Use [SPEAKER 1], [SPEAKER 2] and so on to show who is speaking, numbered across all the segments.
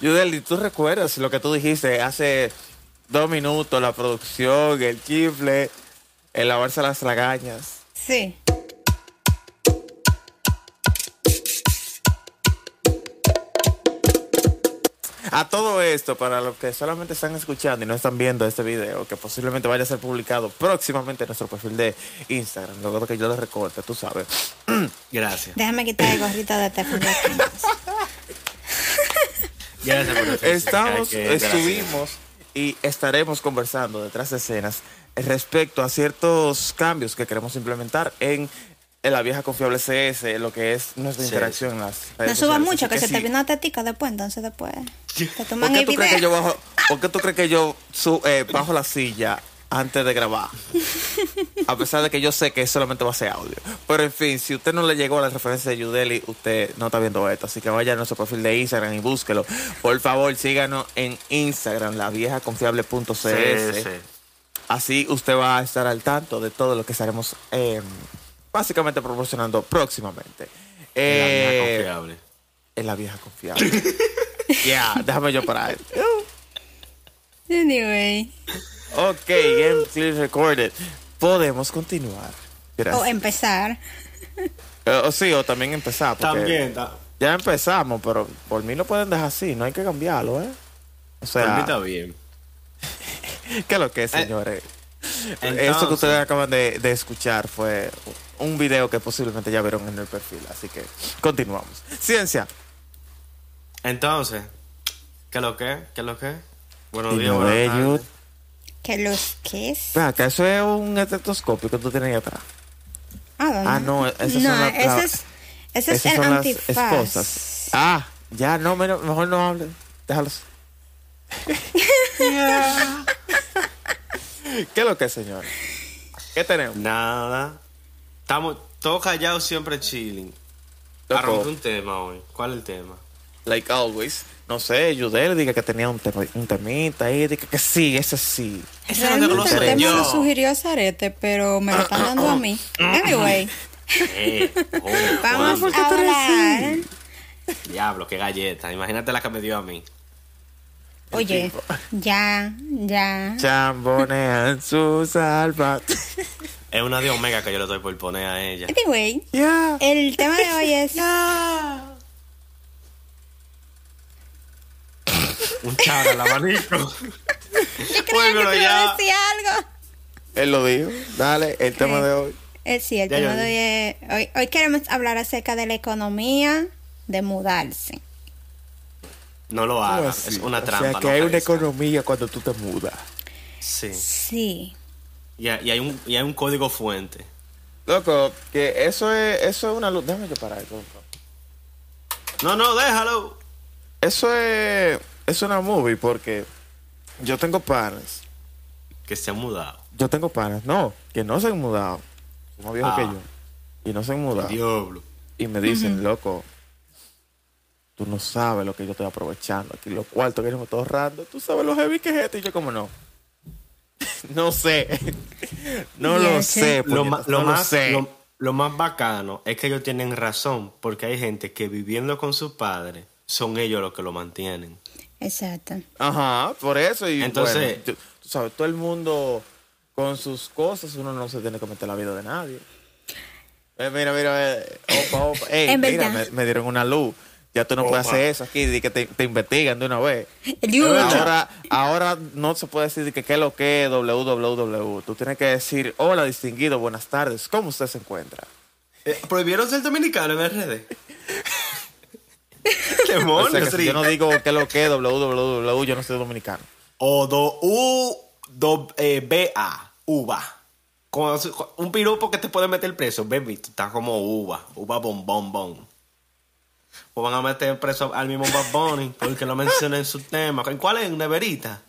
[SPEAKER 1] Yudeli, ¿tú recuerdas lo que tú dijiste hace dos minutos? La producción, el chifle, el lavarse las lagañas.
[SPEAKER 2] Sí.
[SPEAKER 1] A todo esto, para los que solamente están escuchando y no están viendo este video, que posiblemente vaya a ser publicado próximamente en nuestro perfil de Instagram, luego de que yo lo recorte, tú sabes.
[SPEAKER 3] Gracias.
[SPEAKER 2] Déjame quitar el gorrito de Stephen Hawking.
[SPEAKER 3] Gracias por la felicidad
[SPEAKER 1] Estamos,
[SPEAKER 3] que- gracias.
[SPEAKER 1] estuvimos y estaremos conversando detrás de escenas respecto a ciertos cambios que queremos implementar en, en la vieja confiable CS, lo que es nuestra
[SPEAKER 3] Sí.
[SPEAKER 1] interacción en las redes
[SPEAKER 2] No subas
[SPEAKER 1] sociales.
[SPEAKER 2] mucho,
[SPEAKER 1] pues, Así
[SPEAKER 2] que, se
[SPEAKER 1] sí.
[SPEAKER 2] te vino una tetica después, entonces después te
[SPEAKER 1] ¿Por
[SPEAKER 2] toman
[SPEAKER 1] qué
[SPEAKER 2] el
[SPEAKER 1] tú crees que yo
[SPEAKER 2] video.
[SPEAKER 1] bajo, por qué tú crees que yo su- eh, bajo la silla antes de grabar? A pesar de que yo sé que solamente va a ser audio. Pero en fin, si usted no le llegó a la referencia de Yudeli, usted no está viendo esto. Así que vaya a nuestro perfil de Instagram y búsquelo. Por favor, síganos en Instagram, la vieja confiable.cs.
[SPEAKER 3] Sí, sí.
[SPEAKER 1] Así usted va a estar al tanto de todo lo que estaremos eh, básicamente proporcionando próximamente.
[SPEAKER 3] Era
[SPEAKER 1] Eh,
[SPEAKER 3] más confiable.
[SPEAKER 1] es la vieja confiable. Ya, déjame yo parar.
[SPEAKER 2] Anyway.
[SPEAKER 1] Ok, game clear recorded. Podemos continuar. Gracias.
[SPEAKER 2] O empezar.
[SPEAKER 1] Eh, o sí, o también empezar. porque
[SPEAKER 3] También, ta-
[SPEAKER 1] Ya empezamos, pero por mí lo pueden dejar así, no hay que cambiarlo, ¿eh? O
[SPEAKER 3] por mí
[SPEAKER 1] sea,
[SPEAKER 3] está bien.
[SPEAKER 1] ¿qué es lo que es, señores? Esto que
[SPEAKER 3] Eh, entonces-
[SPEAKER 1] ustedes acaban de, de escuchar fue un video que posiblemente ya vieron en el perfil, así que continuamos. Ciencia.
[SPEAKER 3] Entonces, ¿qué lo que? ¿Qué lo que? Buenos días,
[SPEAKER 1] Dime,
[SPEAKER 3] buenas
[SPEAKER 1] Bellut.
[SPEAKER 3] tardes.
[SPEAKER 2] Que los kiss.
[SPEAKER 1] Ven acá, eso es un estetoscopio que tú tienes ahí atrás.
[SPEAKER 2] Ah, ¿dónde?
[SPEAKER 1] Ah, no, esas son
[SPEAKER 2] No,
[SPEAKER 1] las- la-
[SPEAKER 2] ese es, ese es
[SPEAKER 1] Esas
[SPEAKER 2] el
[SPEAKER 1] son las
[SPEAKER 2] antifaz.
[SPEAKER 1] esposas. Ah, ya, no, menos- mejor no hable. Déjalos. ¿Qué es lo que es, señor? ¿Qué tenemos?
[SPEAKER 3] Nada. Estamos todos callados, siempre chilling.
[SPEAKER 1] Loco.
[SPEAKER 3] Arranca un tema hoy. ¿Cuál es el tema?
[SPEAKER 1] Like always. No sé, Yudel diga que tenía un, tema- un temita ahí, diga que sí, ese sí.
[SPEAKER 3] Eso es lo que no
[SPEAKER 2] Realmente el
[SPEAKER 3] sé
[SPEAKER 2] tema
[SPEAKER 3] yo.
[SPEAKER 2] lo sugirió Zarete, pero me lo están dando a mí. Anyway,
[SPEAKER 3] Eh, oh,
[SPEAKER 2] vamos
[SPEAKER 3] Juan,
[SPEAKER 2] a hablar.
[SPEAKER 3] Diablo, qué galleta. Imagínate la que me dio a mí.
[SPEAKER 2] Oye, ya, ya.
[SPEAKER 1] Chambonean sus almas.
[SPEAKER 3] Es una de Omega que yo le doy por poner a ella.
[SPEAKER 2] Anyway,
[SPEAKER 1] Ya.
[SPEAKER 2] el tema de hoy es...
[SPEAKER 3] Un chavo al abanico.
[SPEAKER 2] Yo creía que
[SPEAKER 3] Vuélvelo
[SPEAKER 2] tú ibas a
[SPEAKER 3] ya.
[SPEAKER 2] decir algo.
[SPEAKER 1] Él lo dijo. Dale, el tema de hoy.
[SPEAKER 2] Eh, sí, el
[SPEAKER 3] Ya,
[SPEAKER 2] tema
[SPEAKER 3] ya,
[SPEAKER 2] de hoy, es- hoy hoy queremos hablar acerca de la economía de mudarse.
[SPEAKER 3] No lo
[SPEAKER 1] ¿Cómo
[SPEAKER 3] hagan.
[SPEAKER 1] así?
[SPEAKER 3] Ah, Es una
[SPEAKER 1] Pues o
[SPEAKER 3] trampa.
[SPEAKER 1] sea, que
[SPEAKER 3] no
[SPEAKER 1] hay una
[SPEAKER 3] aparezca.
[SPEAKER 1] economía cuando tú te mudas.
[SPEAKER 3] Sí.
[SPEAKER 2] Sí.
[SPEAKER 3] Y, hay- y hay un, y hay un código fuente.
[SPEAKER 1] Loco, que eso es, eso es una luz. Déjame yo parar, loco.
[SPEAKER 3] No, no, déjalo.
[SPEAKER 1] Eso es, es una movie porque yo tengo panes.
[SPEAKER 3] Que se ha mudado.
[SPEAKER 1] Yo tengo panes, no, que no se han mudado. Son más viejos
[SPEAKER 3] Ah.
[SPEAKER 1] que yo. Y no se han mudado.
[SPEAKER 3] Diablo.
[SPEAKER 1] Y me dicen, loco, tú no sabes lo que yo estoy aprovechando. Aquí los cuartos que yo me estoy ahorrando. Tú sabes lo heavy que es esto. Y yo, como no. no sé. no
[SPEAKER 2] ¿Y
[SPEAKER 1] lo
[SPEAKER 2] ese?
[SPEAKER 1] sé.
[SPEAKER 3] Lo,
[SPEAKER 1] puñetas,
[SPEAKER 3] ma-
[SPEAKER 1] no
[SPEAKER 3] lo más,
[SPEAKER 1] sé.
[SPEAKER 3] lo, lo más bacano es que ellos tienen razón. Porque hay gente que viviendo con sus padres son ellos los que lo mantienen.
[SPEAKER 2] Exacto.
[SPEAKER 1] Ajá, por eso. Y
[SPEAKER 3] Entonces-
[SPEAKER 1] bueno, tú, tú sabes, todo el mundo con sus cosas, uno no se tiene que meter la vida de nadie. Eh, mira, mira, eh, opa, opa. Ey,
[SPEAKER 2] En
[SPEAKER 1] mira, me,
[SPEAKER 2] verdad.
[SPEAKER 1] me dieron una luz. Ya tú no puedes hacer eso aquí, di que te, te investigan de una vez.
[SPEAKER 2] Yo-
[SPEAKER 1] Ahora, ahora no se puede decir de que qué es lo que es www. Tú tienes que decir, hola distinguido, buenas tardes, ¿cómo usted se encuentra?
[SPEAKER 3] Eh, ¿Prohibieron ser dominicano en RD?
[SPEAKER 1] O
[SPEAKER 3] Demonios,
[SPEAKER 1] sea, que si
[SPEAKER 3] sí.
[SPEAKER 1] yo no digo qué es lo que es www, yo no soy dominicano.
[SPEAKER 3] O do U do eh, B A uva. Con- con- un piropo que te puede meter preso, baby, tú estás como uva, uva bombón bon. O van a meter preso al mismo Bad Bunny porque lo menciona en su tema. ¿En cuál es? Neverita.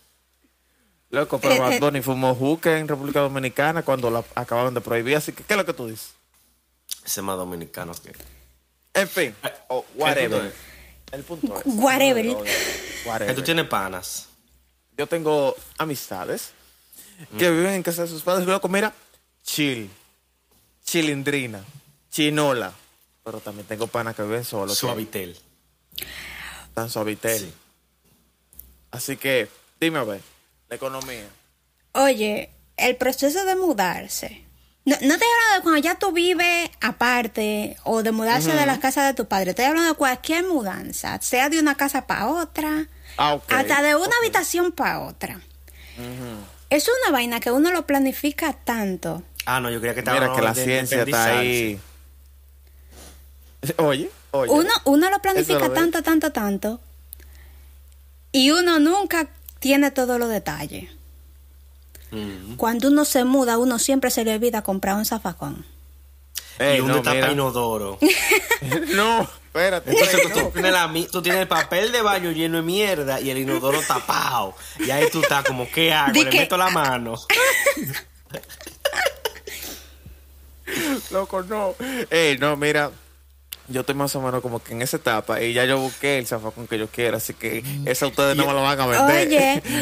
[SPEAKER 1] Loco,
[SPEAKER 2] Eh,
[SPEAKER 1] pero Bad
[SPEAKER 2] eh.
[SPEAKER 1] Bunny fumó hookah en República Dominicana cuando la acabaron de prohibir. Así que, ¿qué es lo que tú dices?
[SPEAKER 3] Ese es más dominicano que.
[SPEAKER 1] En fin, o
[SPEAKER 3] ¿Qué
[SPEAKER 1] whatever.
[SPEAKER 3] tú
[SPEAKER 1] El punto es.
[SPEAKER 2] Whatever.
[SPEAKER 3] tienes? Que tú
[SPEAKER 1] Whatever.
[SPEAKER 3] tienes panas.
[SPEAKER 1] Yo tengo amistades que viven en casa de sus padres. Loco, mira, chill, chilindrina, chinola. Pero también tengo panas que viven solos. que-
[SPEAKER 3] Suavitel.
[SPEAKER 1] tan suavitel.
[SPEAKER 3] Sí.
[SPEAKER 1] Así que, dime a ver, la economía.
[SPEAKER 2] Oye, el proceso de mudarse. No, no estoy hablando de cuando ya tú vives aparte o de mudarse de la casa de tu padre. Estoy hablando de cualquier mudanza, sea de una casa para otra,
[SPEAKER 1] Ah, ok,
[SPEAKER 2] hasta de una habitación para otra. Es una vaina que uno lo planifica tanto.
[SPEAKER 3] Ah, no, yo creía que estaba
[SPEAKER 1] Mira que la
[SPEAKER 3] de- de
[SPEAKER 1] ciencia está ahí. Oye, oye.
[SPEAKER 2] Uno, uno lo
[SPEAKER 1] Eso
[SPEAKER 2] planifica
[SPEAKER 1] lo ve.
[SPEAKER 2] tanto, tanto, tanto. Y uno nunca tiene todos los detalles.
[SPEAKER 3] independizarse. Mm.
[SPEAKER 2] Cuando uno se muda, uno siempre se le olvida comprar un zafacón.
[SPEAKER 1] Ey,
[SPEAKER 3] y uno
[SPEAKER 1] no,
[SPEAKER 3] está
[SPEAKER 1] mira.
[SPEAKER 3] para inodoro.
[SPEAKER 1] No, espérate.
[SPEAKER 3] Entonces
[SPEAKER 1] espérate,
[SPEAKER 3] tú, tú
[SPEAKER 1] no.
[SPEAKER 3] tienes la mi- tú tienes el papel de baño lleno de mierda y el inodoro tapado. Y ahí tú estás como, ¿qué hago?
[SPEAKER 2] Di
[SPEAKER 3] Le
[SPEAKER 2] que-
[SPEAKER 3] meto la mano.
[SPEAKER 1] Loco, no. Ey, no, mira. Yo estoy más o menos como que en esa etapa y ya yo busqué el zafacón que yo quiera, así que esa ustedes no me la van a vender.
[SPEAKER 2] Oye.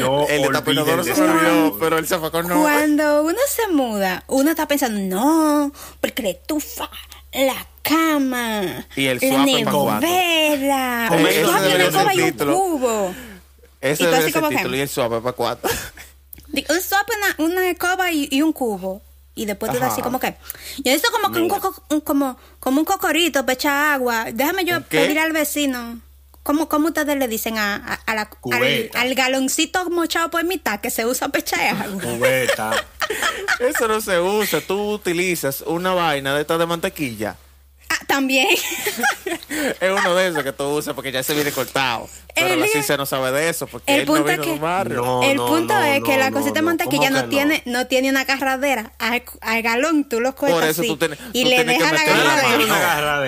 [SPEAKER 3] No
[SPEAKER 1] el de tapa
[SPEAKER 3] olviden
[SPEAKER 1] inodoro se
[SPEAKER 3] de
[SPEAKER 1] me olvidó,
[SPEAKER 3] zafacón.
[SPEAKER 1] pero el zafacón no.
[SPEAKER 2] Cuando uno se muda, uno está pensando, no, porque la estufa, la cama,
[SPEAKER 1] Y el
[SPEAKER 2] la
[SPEAKER 1] swap es pa' cuatro.
[SPEAKER 2] nevera,
[SPEAKER 1] Con
[SPEAKER 2] el
[SPEAKER 1] eso
[SPEAKER 2] swap y
[SPEAKER 1] debería
[SPEAKER 2] una
[SPEAKER 1] ser
[SPEAKER 2] coba y un
[SPEAKER 1] título.
[SPEAKER 2] cubo.
[SPEAKER 1] Ese
[SPEAKER 2] Y tú
[SPEAKER 1] es
[SPEAKER 2] así
[SPEAKER 1] el
[SPEAKER 2] como que-
[SPEAKER 1] título y el suave para cuatro.
[SPEAKER 2] Di- Un swap, una, una escoba y, y un cubo. Y después tú das así
[SPEAKER 1] Ajá.
[SPEAKER 2] como que, yo hizo como que un, coco- un- como, como un cocorito para echar agua. Déjame yo
[SPEAKER 1] ¿Un qué?
[SPEAKER 2] pedir al vecino. ¿Cómo, cómo ustedes le dicen a, a- a la, al,
[SPEAKER 3] Cubeta.
[SPEAKER 2] al galoncito mochado por mitad que se usa para echar agua?
[SPEAKER 1] Oh.
[SPEAKER 3] Cubeta.
[SPEAKER 1] Eso no se usa. Tú utilizas una vaina de estas de mantequilla.
[SPEAKER 2] Ah, también.
[SPEAKER 1] Es uno de esos que tú usas porque ya se viene cortado. Pero
[SPEAKER 2] El-
[SPEAKER 1] la ciencia no sabe de eso porque
[SPEAKER 2] el
[SPEAKER 1] él no
[SPEAKER 2] punto
[SPEAKER 1] vino
[SPEAKER 2] es que-
[SPEAKER 1] de un barrio.
[SPEAKER 3] No,
[SPEAKER 2] el
[SPEAKER 3] no,
[SPEAKER 2] punto
[SPEAKER 3] no,
[SPEAKER 2] es que
[SPEAKER 3] no,
[SPEAKER 2] la
[SPEAKER 3] no,
[SPEAKER 2] cosita de
[SPEAKER 3] no.
[SPEAKER 2] mantequilla no,
[SPEAKER 3] ¿Cómo que no?
[SPEAKER 2] tiene no tiene una agarradera al, al galón tú lo cortas
[SPEAKER 1] Por eso
[SPEAKER 2] así
[SPEAKER 1] tú tienes-
[SPEAKER 2] y
[SPEAKER 1] tú
[SPEAKER 2] le
[SPEAKER 1] tienes que
[SPEAKER 2] dejas la
[SPEAKER 1] meter la
[SPEAKER 3] Pero
[SPEAKER 1] mano.
[SPEAKER 3] tú
[SPEAKER 1] No.
[SPEAKER 2] agarradera
[SPEAKER 3] lo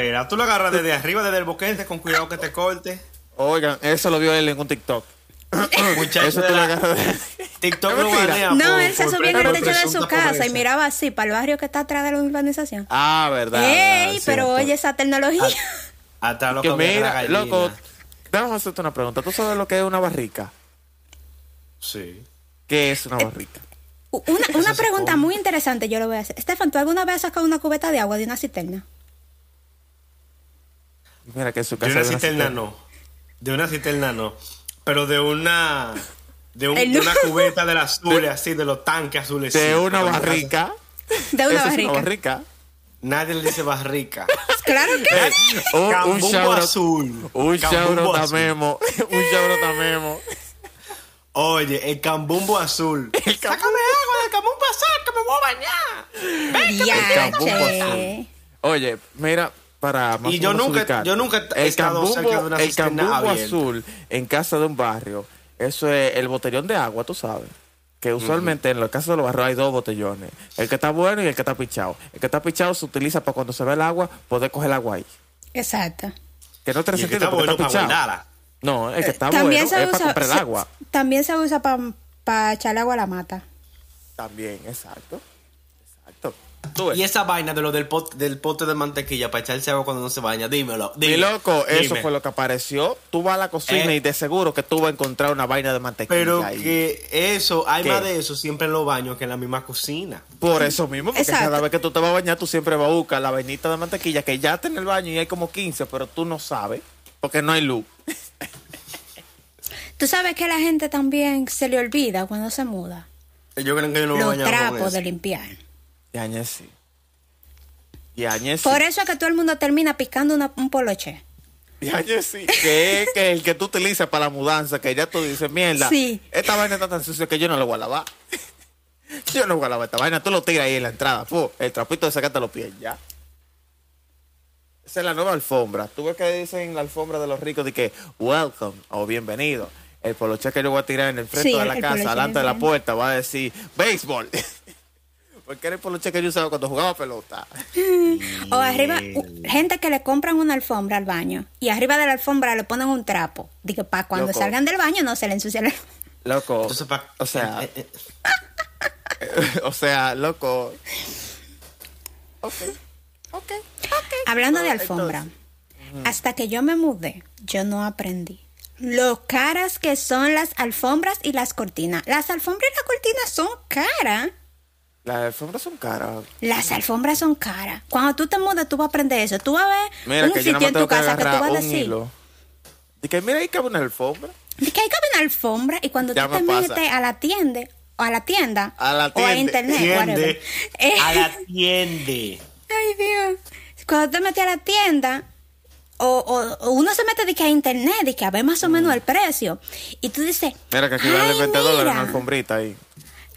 [SPEAKER 3] agarras, tú lo agarras desde arriba, desde el boquete, con cuidado que te corte.
[SPEAKER 1] Oigan, eso lo vio él en un TikTok.
[SPEAKER 3] Muchacho,
[SPEAKER 1] Eso
[SPEAKER 3] de
[SPEAKER 1] tú lo
[SPEAKER 3] la-
[SPEAKER 1] agarras de-
[SPEAKER 3] TikTok
[SPEAKER 1] Es
[SPEAKER 3] no
[SPEAKER 1] mentira.
[SPEAKER 3] banea
[SPEAKER 2] no
[SPEAKER 3] por-
[SPEAKER 2] él se
[SPEAKER 3] por-
[SPEAKER 2] subía en el
[SPEAKER 3] por
[SPEAKER 2] techo de su
[SPEAKER 3] presunta
[SPEAKER 2] casa y
[SPEAKER 3] pobreza.
[SPEAKER 2] miraba así para el barrio que está atrás de la urbanización
[SPEAKER 1] Ah, verdad. verdad,
[SPEAKER 2] ey
[SPEAKER 1] es
[SPEAKER 2] pero
[SPEAKER 1] cierto.
[SPEAKER 2] oye esa tecnología
[SPEAKER 1] Ah.
[SPEAKER 3] Hasta lo
[SPEAKER 1] Que
[SPEAKER 3] que
[SPEAKER 1] mira,
[SPEAKER 3] mira,
[SPEAKER 1] loco, déjame hacerte una pregunta. ¿Tú sabes lo que es una barrica?
[SPEAKER 3] Sí.
[SPEAKER 1] ¿Qué es una barrica?
[SPEAKER 2] U- una, una
[SPEAKER 3] se
[SPEAKER 2] pregunta
[SPEAKER 3] come.
[SPEAKER 2] muy interesante yo lo voy a hacer Estefan ¿tú alguna vez has sacado una cubeta de agua de una cisterna?
[SPEAKER 1] Mira que es su casa.
[SPEAKER 3] De una
[SPEAKER 1] de una
[SPEAKER 3] cisterna
[SPEAKER 1] cisterna.
[SPEAKER 3] no. De una cisterna no. Pero de una. De, un-
[SPEAKER 2] El
[SPEAKER 3] de
[SPEAKER 2] no.
[SPEAKER 3] una cubeta del azul, así, de los tanques azules. sí.
[SPEAKER 1] De una
[SPEAKER 3] Porque mi
[SPEAKER 1] barrica.
[SPEAKER 2] de una
[SPEAKER 1] Eso es
[SPEAKER 2] barrica
[SPEAKER 1] una barrica.
[SPEAKER 3] casa- Nadie le dice barrica.
[SPEAKER 2] claro que
[SPEAKER 1] Ey,
[SPEAKER 3] Oh,
[SPEAKER 1] un- Un
[SPEAKER 3] Cambumbo
[SPEAKER 1] shout
[SPEAKER 3] azul.
[SPEAKER 1] Un
[SPEAKER 3] Cambumbo
[SPEAKER 1] shout a
[SPEAKER 3] azul.
[SPEAKER 1] Memo. Un shout a Memo.
[SPEAKER 3] Oye, el cambumbo azul. Sácame agua del cambumbo azul, que me voy a bañar.
[SPEAKER 1] eh,
[SPEAKER 2] sí Yache.
[SPEAKER 1] cambumbo Oye, mira, para más
[SPEAKER 3] Y
[SPEAKER 1] o
[SPEAKER 3] yo
[SPEAKER 1] menos
[SPEAKER 3] nunca-
[SPEAKER 1] ubicar,
[SPEAKER 3] yo nunca he
[SPEAKER 1] el
[SPEAKER 3] estado
[SPEAKER 1] cambumbo,
[SPEAKER 3] cerca de una
[SPEAKER 1] El
[SPEAKER 3] cisterna
[SPEAKER 1] cambumbo
[SPEAKER 3] abierta.
[SPEAKER 1] azul en casa de un barrio, eso es el botellón de agua, tú sabes. Que usualmente en los casos de los barrios hay dos botellones. El que está bueno y el que está pichado. El que está pichado se utiliza para cuando se ve el agua, poder coger el agua ahí.
[SPEAKER 2] exacto
[SPEAKER 1] Que no tiene
[SPEAKER 3] Y el que
[SPEAKER 1] sentido
[SPEAKER 3] está
[SPEAKER 1] porque
[SPEAKER 3] bueno
[SPEAKER 1] está
[SPEAKER 3] para
[SPEAKER 1] pichado.
[SPEAKER 3] guardarla.
[SPEAKER 1] no, el que está
[SPEAKER 2] Eh, también
[SPEAKER 1] bueno
[SPEAKER 2] se
[SPEAKER 1] es para
[SPEAKER 2] usa
[SPEAKER 1] comprar el
[SPEAKER 2] se-
[SPEAKER 1] agua.
[SPEAKER 2] también se usa para echar agua a la mata
[SPEAKER 1] También, exacto. Exacto. Tú ves.
[SPEAKER 3] Y esa vaina de lo del, pot- del pote de mantequilla para echarse agua cuando no se baña, dímelo.
[SPEAKER 1] Mi
[SPEAKER 3] dime,
[SPEAKER 1] loco, eso
[SPEAKER 3] dime.
[SPEAKER 1] fue lo que apareció. Tú vas a la cocina
[SPEAKER 3] Eh.
[SPEAKER 1] y de seguro que tú vas a encontrar una vaina de mantequilla
[SPEAKER 3] Pero
[SPEAKER 1] ahí.
[SPEAKER 3] que eso, hay
[SPEAKER 1] ¿Qué?
[SPEAKER 3] más de eso siempre en los baños que en la misma cocina.
[SPEAKER 1] Por eso mismo, porque
[SPEAKER 2] Exacto.
[SPEAKER 1] cada vez que tú te vas a bañar, tú siempre vas a buscar la vainita de mantequilla que ya está en el baño y hay como 15, pero tú no sabes porque no hay luz.
[SPEAKER 2] Tú sabes que la gente también se le olvida cuando se muda
[SPEAKER 3] Yo creo que yo no me
[SPEAKER 2] los
[SPEAKER 3] bañaba con
[SPEAKER 2] trapos
[SPEAKER 3] eso.
[SPEAKER 2] de limpiar.
[SPEAKER 1] Y Áñez sí. Y Áñez sí.
[SPEAKER 2] Por eso es que todo el mundo termina picando una- un poloche.
[SPEAKER 1] Y Áñez sí. Que es que el que tú utilizas para la mudanza, que ya tú dices, mierda,
[SPEAKER 2] Sí.
[SPEAKER 1] esta vaina está tan sucia que yo no la voy a lavar. Yo no voy a lavar esta vaina, tú lo tiras ahí en la entrada. fu, el trapito de sacarte los pies, ya. Esa es la nueva alfombra. Tú ves que dicen en la alfombra de los ricos de que welcome o bienvenido. El poloche que yo voy a tirar en el frente
[SPEAKER 2] Sí,
[SPEAKER 1] de
[SPEAKER 2] el-
[SPEAKER 1] la
[SPEAKER 2] el
[SPEAKER 1] casa,
[SPEAKER 2] poloche
[SPEAKER 1] delante de la
[SPEAKER 2] bien.
[SPEAKER 1] puerta, va a decir béisbol. Porque era el poloche que yo usaba cuando jugaba pelota.
[SPEAKER 2] O arriba,
[SPEAKER 1] Eh.
[SPEAKER 2] u- gente que le compran una alfombra al baño y arriba de la alfombra le ponen un trapo. Digo, para cuando
[SPEAKER 1] Loco.
[SPEAKER 2] salgan del baño no se le ensucia la...
[SPEAKER 1] Loco.
[SPEAKER 3] Entonces, pa-
[SPEAKER 1] o sea,
[SPEAKER 3] eh, eh,
[SPEAKER 1] o sea, loco.
[SPEAKER 2] Hablando de alfombra, hasta que yo me mudé, yo no aprendí. Lo caras que son las alfombras y las cortinas. Las alfombras y las cortinas son caras.
[SPEAKER 1] Las alfombras son caras.
[SPEAKER 2] Las alfombras son caras. Cuando tú te mudas, tú vas a aprender eso. Tú vas a ver
[SPEAKER 1] Mira,
[SPEAKER 2] un
[SPEAKER 1] que yo no
[SPEAKER 2] sitio
[SPEAKER 1] me
[SPEAKER 2] en tu
[SPEAKER 1] tengo que
[SPEAKER 2] casa que tú
[SPEAKER 1] agarrar
[SPEAKER 2] vas a
[SPEAKER 1] un
[SPEAKER 2] decir.
[SPEAKER 1] hilo. Dije, mira, ahí cabe una alfombra.
[SPEAKER 2] De que hay que haber una alfombra y cuando
[SPEAKER 1] Ya
[SPEAKER 2] tú
[SPEAKER 1] me
[SPEAKER 2] te
[SPEAKER 1] pasa.
[SPEAKER 2] metes a la tienda o a la tienda
[SPEAKER 1] A la
[SPEAKER 2] o
[SPEAKER 1] tienda,
[SPEAKER 2] a internet whatever. Eh,
[SPEAKER 3] A la tienda.
[SPEAKER 2] ay Dios cuando te metes a la tienda o, o- o uno se mete de que a internet de que a ver más o menos el precio y tú dices
[SPEAKER 1] Mm. Mira, que aquí vale
[SPEAKER 2] "Ay,
[SPEAKER 1] 20 dólares una
[SPEAKER 2] mira".
[SPEAKER 1] alfombrita ahí.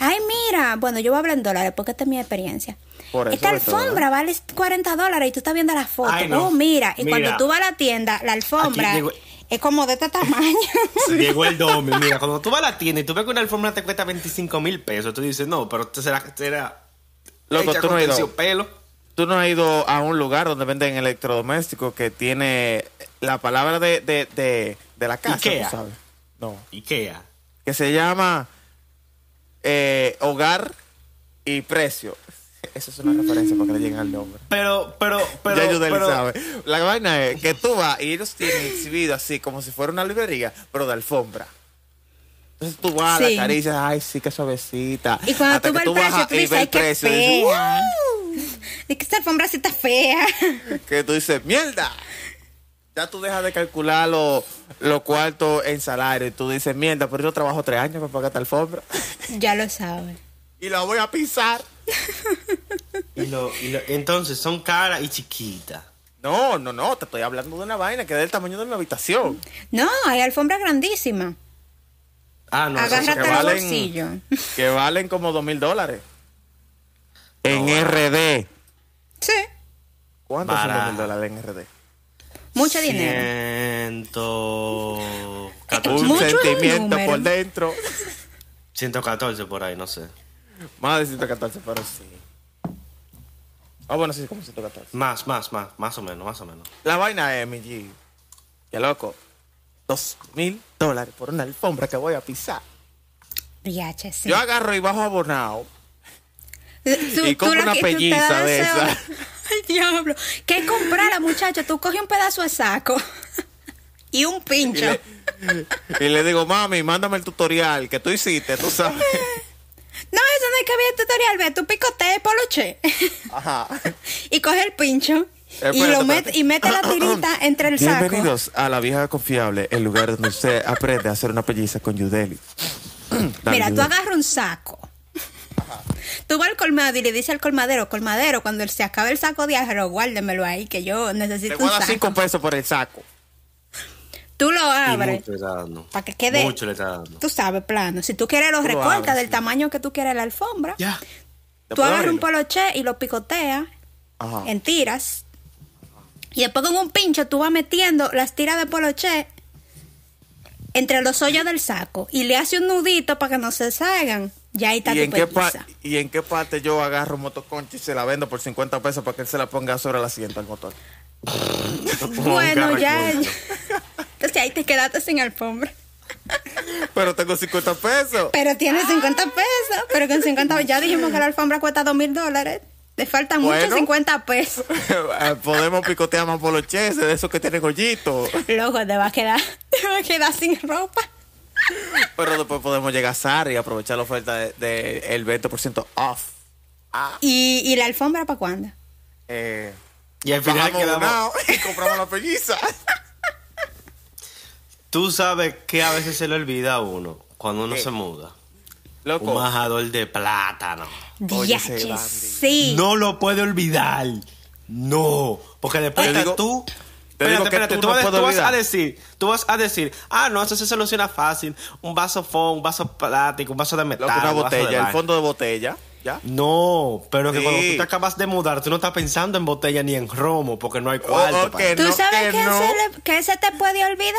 [SPEAKER 2] Ay, mira. Bueno, yo voy a hablar en dólares porque esta es mi experiencia.
[SPEAKER 1] Por eso ¿eh?
[SPEAKER 2] Esta
[SPEAKER 1] 20
[SPEAKER 2] alfombra vale 40 dólares y tú estás viendo la foto.
[SPEAKER 3] Ay, no.
[SPEAKER 2] Oh, mira. Y
[SPEAKER 3] Mira.
[SPEAKER 2] cuando tú vas a la tienda, la alfombra
[SPEAKER 3] Aquí llegó-
[SPEAKER 2] es como de este tamaño.
[SPEAKER 3] Llegó el domingo. Mira, cuando tú vas a la tienda y tú ves que una alfombra te cuesta 25 mil pesos, tú dices, no, pero te será. será
[SPEAKER 1] Loco,
[SPEAKER 3] hecha
[SPEAKER 1] tú no
[SPEAKER 3] con
[SPEAKER 1] has ido.
[SPEAKER 3] terciopelo.
[SPEAKER 1] ¿Tú no has ido a un lugar donde venden electrodomésticos que tiene la palabra de, de, de, de la casa,
[SPEAKER 3] Ikea.
[SPEAKER 1] tú sabes? No.
[SPEAKER 3] Ikea.
[SPEAKER 1] Que se llama eh, Hogar y Precio. Esa es una referencia para que le lleguen al nombre.
[SPEAKER 3] Pero, pero, pero.
[SPEAKER 1] ya Yudeli
[SPEAKER 3] pero-
[SPEAKER 1] sabe. La vaina es que tú vas y ellos tienen exhibido así como si fuera una librería, pero de alfombra. Entonces tú vas,
[SPEAKER 2] Sí.
[SPEAKER 1] la caricias, ay, sí, qué suavecita.
[SPEAKER 2] y cuando
[SPEAKER 1] Hasta
[SPEAKER 2] tú ves
[SPEAKER 1] que
[SPEAKER 2] el precio,
[SPEAKER 1] bajas
[SPEAKER 2] tú
[SPEAKER 1] y
[SPEAKER 2] dices,
[SPEAKER 1] ves
[SPEAKER 2] ay,
[SPEAKER 1] el
[SPEAKER 2] qué
[SPEAKER 1] precio, y dices,
[SPEAKER 2] fea. De que esta alfombra sí está fea.
[SPEAKER 1] que tú dices, mierda. Ya tú dejas de calcular los lo cuartos en salario y tú dices, mierda, pero yo trabajo tres años para pagar esta alfombra
[SPEAKER 2] ya lo sabes.
[SPEAKER 1] y la voy a pisar.
[SPEAKER 3] y lo- y lo- entonces son caras y chiquitas.
[SPEAKER 1] No, no, no, te estoy hablando de una vaina que es del tamaño de mi habitación.
[SPEAKER 2] No, hay alfombra grandísima.
[SPEAKER 3] Ah, no, esas son
[SPEAKER 2] Agárrate
[SPEAKER 1] que
[SPEAKER 2] los
[SPEAKER 1] valen-
[SPEAKER 2] bolsillos.
[SPEAKER 1] Que valen como dos mil dólares. En
[SPEAKER 3] No,
[SPEAKER 1] RD.
[SPEAKER 2] Sí.
[SPEAKER 1] ¿Cuántos son dos
[SPEAKER 3] Barato.
[SPEAKER 1] mil dólares en RD?
[SPEAKER 2] Mucho dinero.
[SPEAKER 3] Ciento...
[SPEAKER 2] Mucho
[SPEAKER 1] Un
[SPEAKER 2] es un
[SPEAKER 1] sentimiento
[SPEAKER 2] número.
[SPEAKER 1] por dentro.
[SPEAKER 3] 114 por ahí, no sé.
[SPEAKER 1] Más de 114, pero sí. Ah, bueno, sí, como 114.
[SPEAKER 3] Más, más, más, más o menos, más o menos.
[SPEAKER 1] La vaina es, mi G. Qué loco. Dos mil dólares por una alfombra que voy a pisar.
[SPEAKER 2] VH, sí.
[SPEAKER 1] Yo agarro y bajo abonado.
[SPEAKER 2] Tú-
[SPEAKER 1] Y
[SPEAKER 2] tú
[SPEAKER 1] compra
[SPEAKER 2] la
[SPEAKER 1] una
[SPEAKER 2] que- tú te
[SPEAKER 1] pelliza
[SPEAKER 2] da
[SPEAKER 1] de
[SPEAKER 2] deseo.
[SPEAKER 1] esa.
[SPEAKER 2] Ay, diablo. ¿Qué comprara, muchacho? Tú coges un pedazo de saco y un
[SPEAKER 1] Y
[SPEAKER 2] pincho.
[SPEAKER 1] le, y le digo, mami, mándame el tutorial que tú hiciste, tú sabes.
[SPEAKER 2] No, eso no hay que ver el tutorial. Ve, tú picoteas poloche
[SPEAKER 1] Ajá.
[SPEAKER 2] y coge el pincho y,
[SPEAKER 1] Eh, Espérate,
[SPEAKER 2] lo met,
[SPEAKER 1] espérate.
[SPEAKER 2] y mete la tirita entre el saco.
[SPEAKER 1] Bienvenidos a La Vieja Confiable, el lugar donde usted aprende a hacer una pelliza con Yudeli. Dale,
[SPEAKER 2] Mira, tú
[SPEAKER 1] Yudeli.
[SPEAKER 2] agarras un saco. Tú vas al colmado y le dices al colmadero, colmadero, cuando se acabe el saco de ajero, guárdemelo ahí, que yo
[SPEAKER 1] Te
[SPEAKER 2] necesito
[SPEAKER 1] voy
[SPEAKER 2] un
[SPEAKER 1] a dar
[SPEAKER 2] saco.
[SPEAKER 1] 5 pesos por el saco.
[SPEAKER 2] Tú lo
[SPEAKER 3] Y
[SPEAKER 2] abres.
[SPEAKER 3] mucho le está dando.
[SPEAKER 2] Para que quede-
[SPEAKER 3] Mucho le está dando.
[SPEAKER 2] Tú sabes, plano. Si tú quieres los
[SPEAKER 1] Tú lo
[SPEAKER 2] recortas
[SPEAKER 1] abres,
[SPEAKER 2] del
[SPEAKER 1] sí.
[SPEAKER 2] tamaño que tú quieres la alfombra.
[SPEAKER 3] Ya.
[SPEAKER 1] ¿Te
[SPEAKER 2] Tú
[SPEAKER 1] puedo
[SPEAKER 2] agarras un
[SPEAKER 1] abrirlo? Ah.
[SPEAKER 2] poloche y lo picoteas
[SPEAKER 1] Ajá.
[SPEAKER 2] en tiras. Y después con un pincho tú vas metiendo las tiras de poloche entre los hoyos del saco. Y le haces un nudito para que no se salgan. Ya ahí está
[SPEAKER 1] ¿Y
[SPEAKER 2] tu
[SPEAKER 1] en, qué pa-
[SPEAKER 2] pelliza.
[SPEAKER 1] ¿Y en qué parte yo agarro un motoconcho y se la vendo por 50 pesos para que él se la ponga sobre el asiento al motor?
[SPEAKER 2] Bueno,
[SPEAKER 3] carro
[SPEAKER 2] ya.
[SPEAKER 3] inmenso.
[SPEAKER 2] Entonces ahí te quedaste sin alfombra.
[SPEAKER 1] Pero tengo 50 pesos.
[SPEAKER 2] Pero tienes 50 pesos. Pero con 50 ya dijimos que la alfombra cuesta 2 mil dólares. Te faltan muchos
[SPEAKER 1] Bueno.
[SPEAKER 2] 50 pesos.
[SPEAKER 1] Eh, Podemos picotear más por los cheses, de esos que tienen hoyito.
[SPEAKER 2] Loco, te vas a quedar, te vas a quedar sin ropa.
[SPEAKER 1] Pero después podemos llegar a Sara y aprovechar la oferta del de, el 20% off. Ah.
[SPEAKER 2] ¿Y, y la alfombra para cuándo?
[SPEAKER 1] Eh,
[SPEAKER 3] Y al final
[SPEAKER 1] bajamos
[SPEAKER 3] quedamos.
[SPEAKER 1] abonado y compramos la pelliza.
[SPEAKER 3] Tú sabes que a veces se le olvida a uno cuando uno se muda. Un
[SPEAKER 1] Loco,
[SPEAKER 3] majador de plátano.
[SPEAKER 1] Oye,
[SPEAKER 2] Diache,
[SPEAKER 1] ese Bambi.
[SPEAKER 2] sí.
[SPEAKER 3] No lo puede olvidar. No. Porque después
[SPEAKER 1] Te
[SPEAKER 3] estás
[SPEAKER 1] digo-
[SPEAKER 3] tú.
[SPEAKER 1] te digo
[SPEAKER 3] Espérate,
[SPEAKER 1] que
[SPEAKER 3] espérate,
[SPEAKER 1] tú
[SPEAKER 3] tú,
[SPEAKER 1] no
[SPEAKER 3] vas,
[SPEAKER 1] puedes
[SPEAKER 3] tú vas a
[SPEAKER 1] olvidar.
[SPEAKER 3] decir, tú vas a decir, ah, no, eso se soluciona fácil. Un vaso foam, un vaso plástico, un vaso de metal.
[SPEAKER 1] loco, una
[SPEAKER 3] un vaso de
[SPEAKER 1] botella, el
[SPEAKER 3] vaina.
[SPEAKER 1] fondo de botella.
[SPEAKER 3] Ah,
[SPEAKER 1] ¿Ya?
[SPEAKER 3] No, pero que
[SPEAKER 1] Sí.
[SPEAKER 3] cuando tú te acabas de mudar, tú no estás pensando en botella ni en romo, porque no hay cuarto.
[SPEAKER 1] Oh, ok.
[SPEAKER 3] para eso.
[SPEAKER 2] ¿Tú
[SPEAKER 1] no,
[SPEAKER 2] sabes
[SPEAKER 1] que
[SPEAKER 2] qué,
[SPEAKER 1] no.
[SPEAKER 2] se le- qué se te puede olvidar?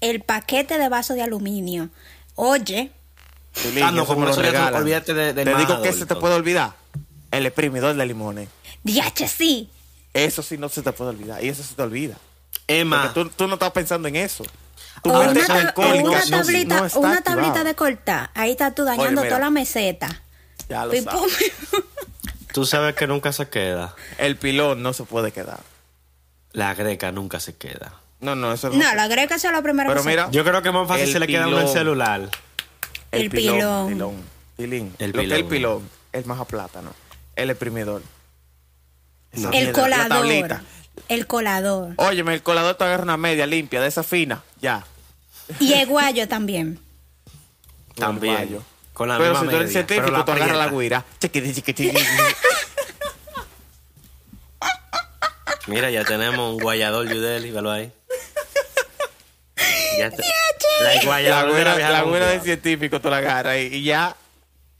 [SPEAKER 2] El paquete de vaso de aluminio. Oye,
[SPEAKER 1] Tulín,
[SPEAKER 3] Ah, no,
[SPEAKER 1] eso me
[SPEAKER 3] como
[SPEAKER 1] lo
[SPEAKER 3] eso ya tú-
[SPEAKER 1] regalan.
[SPEAKER 3] olvídate de- del
[SPEAKER 1] Te digo
[SPEAKER 3] majador,
[SPEAKER 1] que se te
[SPEAKER 3] entonces.
[SPEAKER 1] puede olvidar. El exprimidor de limones.
[SPEAKER 2] diache, sí.
[SPEAKER 1] Eso sí no se te puede olvidar. Y eso se te olvida.
[SPEAKER 3] Emma,
[SPEAKER 1] Porque tú, tú no estás pensando en eso. Tú
[SPEAKER 2] O
[SPEAKER 1] no
[SPEAKER 2] una,
[SPEAKER 1] eres
[SPEAKER 2] tab- o
[SPEAKER 1] alcohólico,
[SPEAKER 2] una
[SPEAKER 1] no- no
[SPEAKER 2] tablita,
[SPEAKER 1] está
[SPEAKER 2] o una
[SPEAKER 1] activado.
[SPEAKER 2] tablita de cortar. Ahí está tú dañando
[SPEAKER 1] mira.
[SPEAKER 2] toda la meseta.
[SPEAKER 1] Ya lo
[SPEAKER 2] Pim,
[SPEAKER 1] sabes.
[SPEAKER 2] pum.
[SPEAKER 3] tú sabes que nunca se queda.
[SPEAKER 1] El pilón no se puede quedar.
[SPEAKER 3] La greca nunca se queda.
[SPEAKER 1] No, no, eso no.
[SPEAKER 2] No, la greca es la primera
[SPEAKER 1] Pero
[SPEAKER 2] cosa.
[SPEAKER 1] mira,
[SPEAKER 3] Yo creo que más fácil
[SPEAKER 1] El
[SPEAKER 3] se le queda uno el
[SPEAKER 1] pilón.
[SPEAKER 3] celular.
[SPEAKER 2] el
[SPEAKER 1] pilón.
[SPEAKER 2] pilón.
[SPEAKER 1] pilón. Pilín.
[SPEAKER 3] El
[SPEAKER 1] Lo que es el
[SPEAKER 3] pilón.
[SPEAKER 1] pilón es más a plátano. El exprimidor. Esa
[SPEAKER 2] El
[SPEAKER 1] mierda,
[SPEAKER 2] colador.
[SPEAKER 1] La tablita.
[SPEAKER 2] El colador.
[SPEAKER 1] Óyeme, el colador te agarra una media limpia, de esa fina, ya.
[SPEAKER 2] Y el guayo también.
[SPEAKER 3] También.
[SPEAKER 1] Guayo.
[SPEAKER 3] Con la
[SPEAKER 1] pero
[SPEAKER 3] misma
[SPEAKER 1] si tú eres
[SPEAKER 3] media, pero
[SPEAKER 1] científico, tú agarras la
[SPEAKER 3] aprieta.
[SPEAKER 1] guira. Chiquiti, chiquiti, chiquiti.
[SPEAKER 3] Mira, ya tenemos un guayador, Yudeli, velo ahí. Ya te- La
[SPEAKER 1] la
[SPEAKER 3] guayador de la
[SPEAKER 1] güera,
[SPEAKER 3] vieja
[SPEAKER 1] la güera
[SPEAKER 3] confiable.
[SPEAKER 1] de científico tú la agarras y, y ya.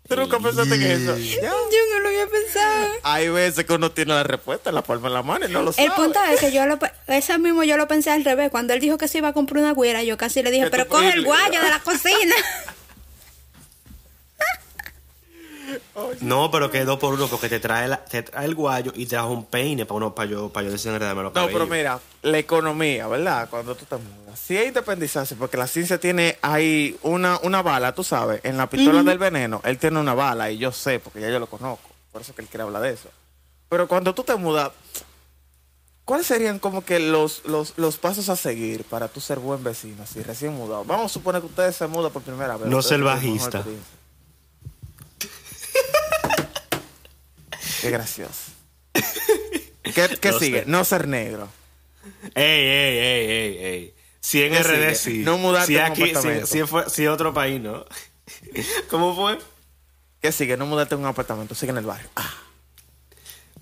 [SPEAKER 1] Tú nunca pensaste en eso. Ya.
[SPEAKER 2] Yo no lo había pensado.
[SPEAKER 1] Hay veces que uno tiene la respuesta en la palma de la mano y no lo sabe.
[SPEAKER 2] El punto es que yo lo, pe- ese mismo yo lo pensé al revés. Cuando él dijo que se iba a comprar una güera, yo casi le dije,
[SPEAKER 1] Que
[SPEAKER 2] pero
[SPEAKER 1] tú
[SPEAKER 2] coge el
[SPEAKER 1] puedes-
[SPEAKER 2] guayo de la cocina.
[SPEAKER 3] No, pero que dos por uno, porque te trae, la- te trae el guayo y te das un peine para uno, para yo, para yo desenredarme los
[SPEAKER 1] No, pero
[SPEAKER 3] cabellos.
[SPEAKER 1] mira, la economía, ¿verdad? Cuando tú te mudas. Si hay independizarse, porque la ciencia tiene ahí una, una bala, tú sabes, en la pistola del veneno, él tiene una bala y yo sé, porque ya yo lo conozco. Por eso que él quiere hablar de eso. Pero cuando tú te mudas, ¿cuáles serían como que los, los, los pasos a seguir para tú ser buen vecino, así recién mudado? Vamos a suponer que ustedes se mudan por primera vez.
[SPEAKER 3] No
[SPEAKER 1] Ustedes
[SPEAKER 3] ser
[SPEAKER 1] tienen mejor
[SPEAKER 3] bajista.
[SPEAKER 1] experiencia. Qué gracioso. ¿Qué, qué
[SPEAKER 3] No
[SPEAKER 1] sigue?
[SPEAKER 3] sé.
[SPEAKER 1] No ser negro.
[SPEAKER 3] Ey, ey, ey, ey, ey. Si en
[SPEAKER 1] ¿Qué
[SPEAKER 3] RD
[SPEAKER 1] sigue?
[SPEAKER 3] sí.
[SPEAKER 1] No mudarte
[SPEAKER 3] si
[SPEAKER 1] a un
[SPEAKER 3] aquí, si,
[SPEAKER 1] apartamento.
[SPEAKER 3] si, fue- si otro país, ¿no? ¿Cómo fue?
[SPEAKER 1] ¿Qué sigue? No mudarte a un apartamento, sigue en el barrio. Ah,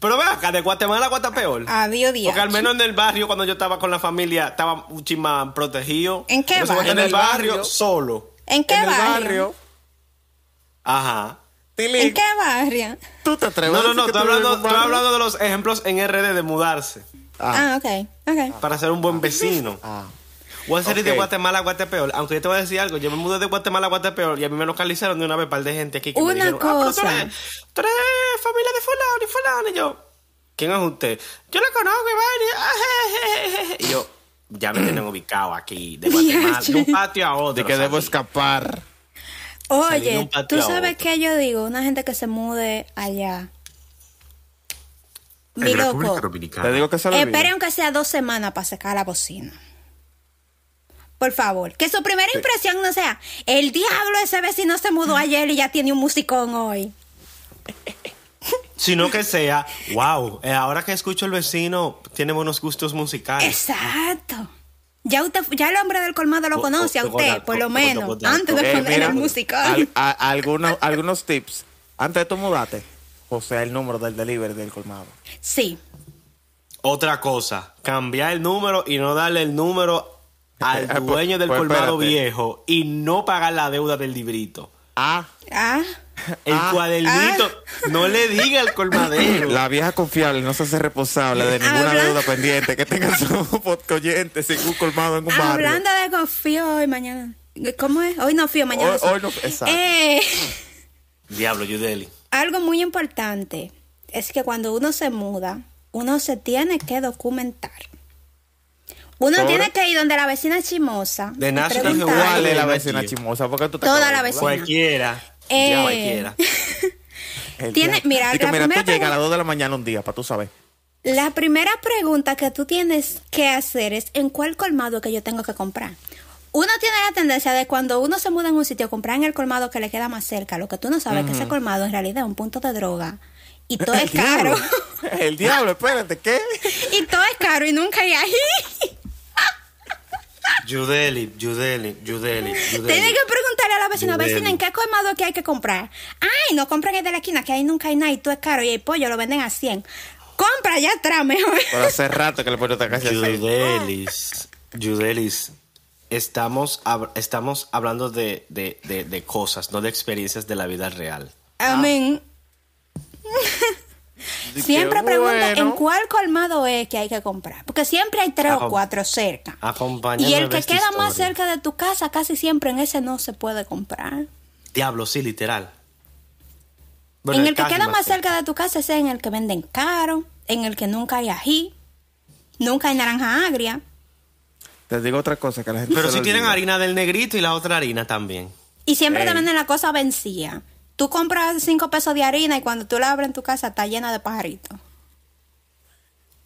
[SPEAKER 3] Pero ve acá, de Guatemala a Guata peor.
[SPEAKER 1] Ah,
[SPEAKER 2] Adiós, Dios.
[SPEAKER 3] Porque al menos en el barrio, cuando yo estaba con la familia, estaba un chimán protegido.
[SPEAKER 2] ¿En qué
[SPEAKER 3] Pero se
[SPEAKER 2] barrio?
[SPEAKER 3] En el barrio,
[SPEAKER 1] barrio.
[SPEAKER 3] solo.
[SPEAKER 2] ¿En qué
[SPEAKER 1] en el
[SPEAKER 2] barrio?
[SPEAKER 1] barrio.
[SPEAKER 3] Ajá.
[SPEAKER 1] Tilín,
[SPEAKER 2] ¿En qué barrio?
[SPEAKER 1] ¿Tú te atreves
[SPEAKER 3] No, no,
[SPEAKER 1] a decir
[SPEAKER 3] no,
[SPEAKER 1] que
[SPEAKER 3] estoy
[SPEAKER 1] tú vives
[SPEAKER 3] hablando,
[SPEAKER 1] en un
[SPEAKER 3] estoy
[SPEAKER 1] barrio?
[SPEAKER 3] hablando de los ejemplos en RD de mudarse
[SPEAKER 1] Ah,
[SPEAKER 2] Ah, ok, ok.
[SPEAKER 3] para ser un buen vecino.
[SPEAKER 1] ah.
[SPEAKER 3] Voy a salir de
[SPEAKER 1] Ok.
[SPEAKER 3] Guatemala a Guatepeor. Aunque yo te voy a decir algo, yo me mudé de Guatemala a Guatepeor y a mí me localizaron de una vez par de gente aquí. Que me
[SPEAKER 2] Una
[SPEAKER 3] dijeron, "Ah, pero tú
[SPEAKER 2] cosa.
[SPEAKER 3] eres- tú eres familia de fulano y fulano. Y yo, ¿quién es usted? Yo "Ah, lo conozco y vaina. Y yo, ya me tienen ubicado aquí de Guatemala. De un patio a otro.
[SPEAKER 1] De que debo
[SPEAKER 3] salí.
[SPEAKER 1] escapar.
[SPEAKER 3] Salí de un
[SPEAKER 2] Oye,
[SPEAKER 3] patio
[SPEAKER 2] tú
[SPEAKER 3] a
[SPEAKER 2] sabes
[SPEAKER 3] otro.
[SPEAKER 2] qué yo digo, una gente que se mude allá. Mi
[SPEAKER 3] En
[SPEAKER 2] loco,
[SPEAKER 3] República Dominicana.
[SPEAKER 1] Te digo que se lo
[SPEAKER 2] espere
[SPEAKER 1] olvide.
[SPEAKER 2] aunque sea dos semanas para secar la bocina. Por favor, que su primera impresión no sea, el diablo ese vecino se mudó ayer y ya tiene un musicón hoy.
[SPEAKER 3] Sino que sea, wow, eh, ahora que escucho el vecino, tiene buenos gustos musicales.
[SPEAKER 2] Exacto. Ya, usted, ya el hombre del colmado lo
[SPEAKER 3] O-
[SPEAKER 2] conoce a
[SPEAKER 3] o-
[SPEAKER 2] usted,
[SPEAKER 3] o-
[SPEAKER 2] por
[SPEAKER 3] o-
[SPEAKER 2] lo menos,
[SPEAKER 3] o- o-
[SPEAKER 2] antes de
[SPEAKER 1] Eh,
[SPEAKER 2] poner
[SPEAKER 1] mira,
[SPEAKER 2] el musicón.
[SPEAKER 1] al- a- algunos, algunos tips. Antes de tú mudarte, o sea, el número del delivery del colmado.
[SPEAKER 2] Sí.
[SPEAKER 3] Otra cosa, cambiar el número y no darle el número al
[SPEAKER 1] Ah, pues-
[SPEAKER 3] dueño del
[SPEAKER 1] pues
[SPEAKER 3] colmado
[SPEAKER 1] espérate.
[SPEAKER 3] viejo y no pagar la deuda del librito.
[SPEAKER 1] Ah,
[SPEAKER 2] Ah,
[SPEAKER 3] El
[SPEAKER 1] Ah.
[SPEAKER 3] cuadernito, no le diga al colmadero.
[SPEAKER 1] la vieja confiable no se hace responsable de ninguna
[SPEAKER 2] Habla-
[SPEAKER 1] deuda pendiente que tenga su podcast oyente sin un colmado en un barrio.
[SPEAKER 2] Ah, hablando de que fío hoy mañana. ¿Cómo es? Hoy no fío, mañana.
[SPEAKER 1] Hoy-
[SPEAKER 2] sí.
[SPEAKER 1] hoy no- exacto.
[SPEAKER 2] Eh,
[SPEAKER 3] Diablo, Yudeli.
[SPEAKER 1] Eh.
[SPEAKER 2] algo muy importante es que cuando uno se muda, uno se tiene que documentar. Uno
[SPEAKER 1] Sobre-
[SPEAKER 2] tiene que ir donde la vecina chimosa.
[SPEAKER 3] De
[SPEAKER 2] y
[SPEAKER 3] National
[SPEAKER 2] preguntar.
[SPEAKER 3] Geographic.
[SPEAKER 1] ¿Cuál es la
[SPEAKER 3] Ay,
[SPEAKER 1] vecina
[SPEAKER 3] tío.
[SPEAKER 1] chimosa? Porque tú te
[SPEAKER 2] Toda
[SPEAKER 1] acabas
[SPEAKER 2] la
[SPEAKER 1] de
[SPEAKER 2] vecina.
[SPEAKER 3] Cualquiera.
[SPEAKER 2] Eh.
[SPEAKER 3] Ya, Cualquiera.
[SPEAKER 1] El
[SPEAKER 2] Tiene-
[SPEAKER 1] día-
[SPEAKER 2] mira,
[SPEAKER 1] y que
[SPEAKER 2] la
[SPEAKER 1] mira, tú
[SPEAKER 2] primera
[SPEAKER 1] llegas a
[SPEAKER 2] pregunta-
[SPEAKER 1] las 2 de la mañana un día, para tú saber.
[SPEAKER 2] La primera pregunta que tú tienes que hacer es ¿en cuál colmado que yo tengo que comprar? Uno tiene la tendencia de cuando uno se muda en un sitio, comprar en el colmado que le queda más cerca. Lo que tú no sabes es que ese colmado en realidad es un punto de droga. Y todo es
[SPEAKER 1] diablo.
[SPEAKER 2] caro.
[SPEAKER 1] El diablo, espérate, ¿qué?
[SPEAKER 2] y todo es caro y nunca hay ahí.
[SPEAKER 3] Yudeli, Yudeli, Yudeli,
[SPEAKER 2] Tienes
[SPEAKER 3] Yudeli.
[SPEAKER 2] que preguntarle a la vecina,
[SPEAKER 3] Yudeli.
[SPEAKER 2] vecina, ¿en qué colmado que hay que comprar? Ay, no compren el de la esquina, que ahí nunca hay nada y todo es caro y el pollo lo venden a 100. Compra allá atrás mejor.
[SPEAKER 1] Pero hace rato que le pongo esta casa así.
[SPEAKER 3] Yudelis, Yudelis, estamos, hab- estamos hablando de, de- de- de cosas, no de experiencias de la vida real.
[SPEAKER 2] Amén. Siempre
[SPEAKER 1] Qué
[SPEAKER 2] pregunta en
[SPEAKER 1] bueno.
[SPEAKER 2] cuál colmado es que hay que comprar. Porque siempre hay tres o
[SPEAKER 3] Acom-
[SPEAKER 2] cuatro cerca.
[SPEAKER 3] acompáñame
[SPEAKER 2] Y el
[SPEAKER 3] a
[SPEAKER 2] que
[SPEAKER 3] ver esta
[SPEAKER 2] queda más
[SPEAKER 3] historia.
[SPEAKER 2] cerca de tu casa, casi siempre en ese no se puede comprar.
[SPEAKER 3] Diablo, sí, literal. Bueno,
[SPEAKER 2] En el que
[SPEAKER 3] casi
[SPEAKER 2] queda más cerca de tu casa, ese es en el que venden caro, en el que nunca hay ají, nunca hay naranja agria.
[SPEAKER 1] Te digo otra cosa que la gente
[SPEAKER 3] Pero
[SPEAKER 1] se
[SPEAKER 3] si
[SPEAKER 1] le
[SPEAKER 3] tienen
[SPEAKER 1] olvida.
[SPEAKER 3] harina del negrito y la otra harina también.
[SPEAKER 2] Y siempre te
[SPEAKER 1] Ey.
[SPEAKER 2] venden la cosa vencida. Tú compras cinco pesos de harina y cuando tú la abres en tu casa está llena de pajaritos.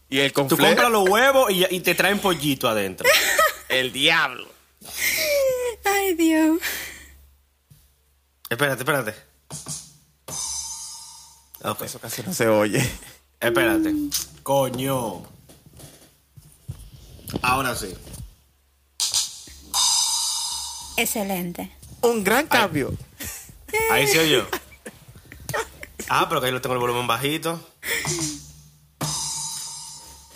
[SPEAKER 1] Y el
[SPEAKER 3] Tú
[SPEAKER 1] conflicto.
[SPEAKER 3] compras los huevos y, y te traen pollito adentro.
[SPEAKER 1] El diablo.
[SPEAKER 2] Ay, Dios.
[SPEAKER 3] espérate, espérate. Ok,
[SPEAKER 1] Eso casi no se oye.
[SPEAKER 3] espérate. Coño. Ahora sí.
[SPEAKER 2] Excelente.
[SPEAKER 1] Un gran cambio.
[SPEAKER 3] Ahí sí yo. Ah, pero que ahí lo tengo el volumen bajito.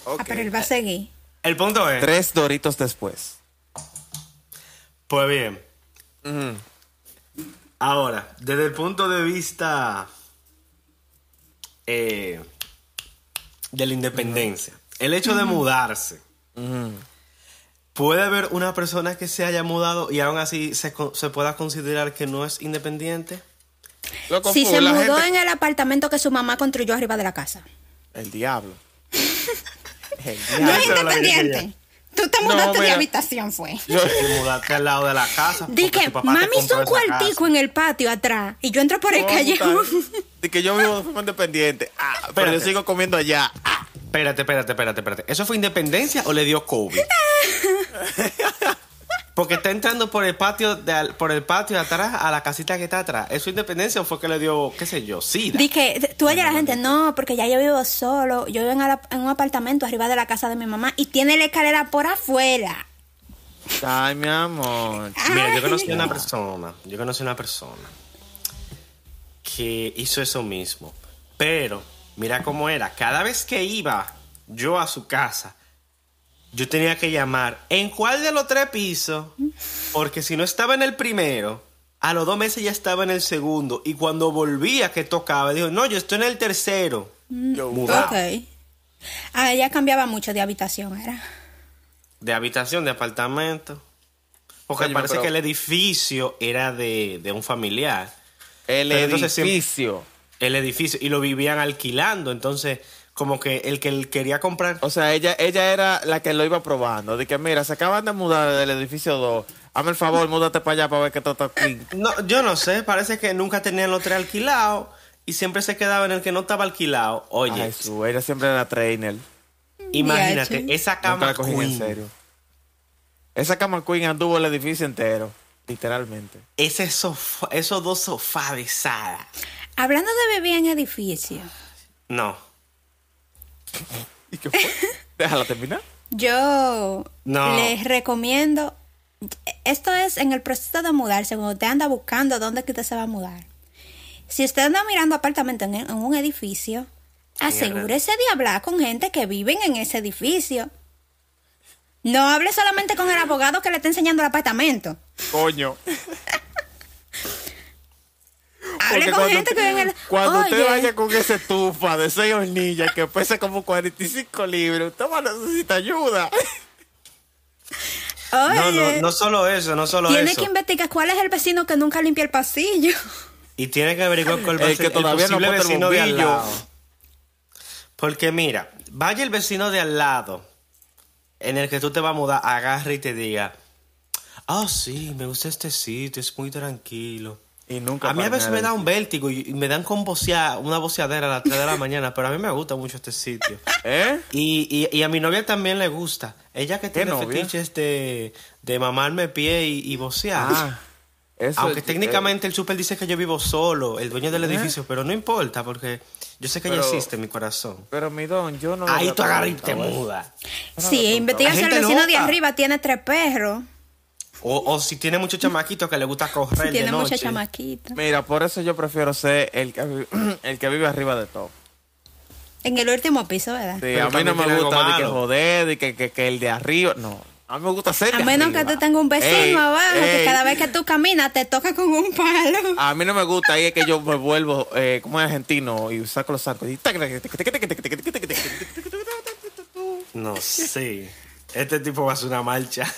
[SPEAKER 1] Ok.
[SPEAKER 2] Ah, pero él va a seguir.
[SPEAKER 3] El punto es.
[SPEAKER 1] Tres doritos después.
[SPEAKER 3] Pues bien. Ahora, desde el punto de vista eh, de la independencia, el hecho de mudarse. Puede haber una persona que se haya mudado y aún así se, con- se pueda considerar que no es independiente.
[SPEAKER 1] Loco,
[SPEAKER 2] Si
[SPEAKER 1] fu,
[SPEAKER 2] se
[SPEAKER 1] la
[SPEAKER 2] mudó
[SPEAKER 1] gente-
[SPEAKER 2] en el apartamento que su mamá construyó arriba de la casa.
[SPEAKER 1] El diablo. El
[SPEAKER 2] No
[SPEAKER 1] diablo.
[SPEAKER 2] es
[SPEAKER 3] eso era lo que quería.
[SPEAKER 2] independiente. Tú te
[SPEAKER 1] No,
[SPEAKER 2] mudaste de
[SPEAKER 1] mira.
[SPEAKER 2] habitación, fue.
[SPEAKER 3] Yo mudaste al lado de la casa.
[SPEAKER 2] Dije,
[SPEAKER 3] porque tu papá te
[SPEAKER 2] mami hizo
[SPEAKER 3] compró
[SPEAKER 2] un
[SPEAKER 3] esa casa.
[SPEAKER 2] cuartico en el patio atrás y yo entro por el
[SPEAKER 1] ¿Cómo
[SPEAKER 2] callejón.
[SPEAKER 1] tal? De que yo vivo de forma independiente. Ah, pero yo
[SPEAKER 3] Espérate.
[SPEAKER 1] sigo comiendo allá. Ah,
[SPEAKER 3] Espérate, espérate, espérate, espérate. ¿Eso fue independencia o le dio COVID? Porque está entrando por el patio de al- por el patio de atrás a la casita que está atrás. ¿Eso independencia o fue que le dio, qué sé yo, sida?
[SPEAKER 2] Dije, tú oyes a la gente, no, porque ya yo vivo solo. Yo vivo en, ala- en un apartamento arriba de la casa de mi mamá y tiene la escalera por afuera.
[SPEAKER 1] Ay, mi amor.
[SPEAKER 3] Mira, yo conocí una persona, yo conocí una persona que hizo eso mismo. Pero, mira cómo era. Cada vez que iba yo a su casa, yo tenía que llamar en cuál de los tres pisos, porque si no estaba en el primero, a los dos meses ya estaba en el segundo. Y cuando volvía que tocaba, dijo, no, yo estoy en el tercero.
[SPEAKER 1] Yo-
[SPEAKER 3] Mudado.
[SPEAKER 2] Ok. Ah, ella cambiaba mucho de habitación, era.
[SPEAKER 3] De habitación, de apartamento. Porque
[SPEAKER 1] Óyeme,
[SPEAKER 3] parece
[SPEAKER 1] pero-
[SPEAKER 3] que el edificio era de, de un familiar.
[SPEAKER 1] El
[SPEAKER 3] Pero entonces siempre-
[SPEAKER 1] edificio.
[SPEAKER 3] el edificio y lo vivían alquilando. Entonces, como que el que él quería comprar.
[SPEAKER 1] O sea, ella, ella era la que lo iba probando. De que, mira, se acaban de mudar del edificio 2. Hazme el favor, múdate para allá para ver qué está aquí.
[SPEAKER 3] No, yo no sé, parece que nunca tenían los tres alquilados y siempre se quedaba en el que no estaba alquilado. Oye,
[SPEAKER 1] Ay, su, ella siempre era trainer.
[SPEAKER 3] imagínate,
[SPEAKER 2] Diache.
[SPEAKER 3] esa
[SPEAKER 1] Nunca
[SPEAKER 3] cama
[SPEAKER 1] la cogí en
[SPEAKER 3] queen,
[SPEAKER 1] serio. Esa cama queen anduvo el edificio entero. Literalmente.
[SPEAKER 3] ese sofá- esos dos sofás de Sara.
[SPEAKER 2] Hablando de vivir en edificio,
[SPEAKER 3] No,
[SPEAKER 1] ¿Y qué fue? Déjala terminar.
[SPEAKER 2] yo
[SPEAKER 3] No.
[SPEAKER 2] les recomiendo. Esto es en el proceso de mudarse, cuando usted anda buscando dónde que usted se va a mudar. Si usted anda mirando apartamento en, en un edificio, asegúrese de hablar con gente que viven en ese edificio. No hable solamente con el abogado que le está enseñando el apartamento.
[SPEAKER 1] Coño.
[SPEAKER 2] Hable con Ah, gente que vive en el.
[SPEAKER 1] cuando usted
[SPEAKER 2] Oye,
[SPEAKER 1] vaya con esa estufa de seis hornillas que pesa como 45 libras, usted va a necesitar ayuda.
[SPEAKER 3] no, no,
[SPEAKER 2] oye,
[SPEAKER 3] no solo eso, no solo
[SPEAKER 2] tiene
[SPEAKER 3] eso.
[SPEAKER 2] que investigar cuál es el vecino que nunca limpia el pasillo.
[SPEAKER 3] Y tiene que averiguar cuál va a
[SPEAKER 1] El
[SPEAKER 3] ser
[SPEAKER 1] que todavía no
[SPEAKER 3] posible
[SPEAKER 1] pone el
[SPEAKER 3] vecino de al
[SPEAKER 1] bombillo.
[SPEAKER 3] lado. Porque mira, vaya el vecino de al lado en el que tú te vas a mudar, agarre y te diga, ah, sí, me gusta este sitio, es muy tranquilo.
[SPEAKER 1] Y nunca
[SPEAKER 3] A mí a
[SPEAKER 1] para
[SPEAKER 3] veces
[SPEAKER 1] nada.
[SPEAKER 3] me da un vértigo y y me dan con vocear- una voceadera a las 3 de la mañana, pero a mí me gusta mucho este sitio.
[SPEAKER 1] ¿Eh?
[SPEAKER 3] Y, y- y a mi novia también le gusta. Ella que tiene
[SPEAKER 1] novia?
[SPEAKER 3] fetiches de, de mamarme pie y, y vocear.
[SPEAKER 1] Ah, eso
[SPEAKER 3] Aunque
[SPEAKER 1] es-
[SPEAKER 3] técnicamente el super dice que yo vivo solo, el dueño del
[SPEAKER 1] ¿Eh?
[SPEAKER 3] edificio, pero no importa porque yo sé que ya
[SPEAKER 1] Pero-
[SPEAKER 3] existe en mi corazón.
[SPEAKER 1] eh, pero mi don, yo no.
[SPEAKER 3] Ahí
[SPEAKER 1] lo
[SPEAKER 3] tú agarras y te
[SPEAKER 1] preguntaba.
[SPEAKER 3] mudas.
[SPEAKER 2] Sí, investiga
[SPEAKER 3] Hay
[SPEAKER 2] si el
[SPEAKER 3] gente
[SPEAKER 2] vecino de
[SPEAKER 3] loca.
[SPEAKER 2] arriba tiene tres perros,
[SPEAKER 3] O, o si tiene muchos chamaquitos que le gusta correr
[SPEAKER 2] si
[SPEAKER 3] de
[SPEAKER 2] tiene mucha
[SPEAKER 3] noche.
[SPEAKER 2] chamaquita.
[SPEAKER 1] Mira, por eso yo prefiero ser el que, vi- el que vive arriba de todo.
[SPEAKER 2] En el último piso, ¿verdad?
[SPEAKER 1] Sí,
[SPEAKER 3] Pero
[SPEAKER 1] a mí no
[SPEAKER 3] también
[SPEAKER 1] me
[SPEAKER 3] tiene algo
[SPEAKER 1] gusta de que
[SPEAKER 3] malo.
[SPEAKER 1] joder, de que, que, que el de arriba. No, a mí me gusta ser.
[SPEAKER 2] A
[SPEAKER 1] de
[SPEAKER 2] menos que
[SPEAKER 1] arriba.
[SPEAKER 2] tú tengas un vecino
[SPEAKER 1] Ey,
[SPEAKER 2] abajo que
[SPEAKER 1] ey,
[SPEAKER 2] cada vez que tú caminas te toca con un palo.
[SPEAKER 1] A mí no me gusta, ahí es que yo me vuelvo eh, como el argentino y saco los sacos. y tac, tac, tac, tac, tac, tac, tac, tac, tac, tac.
[SPEAKER 3] No sé. Este tipo va a hacer una marcha.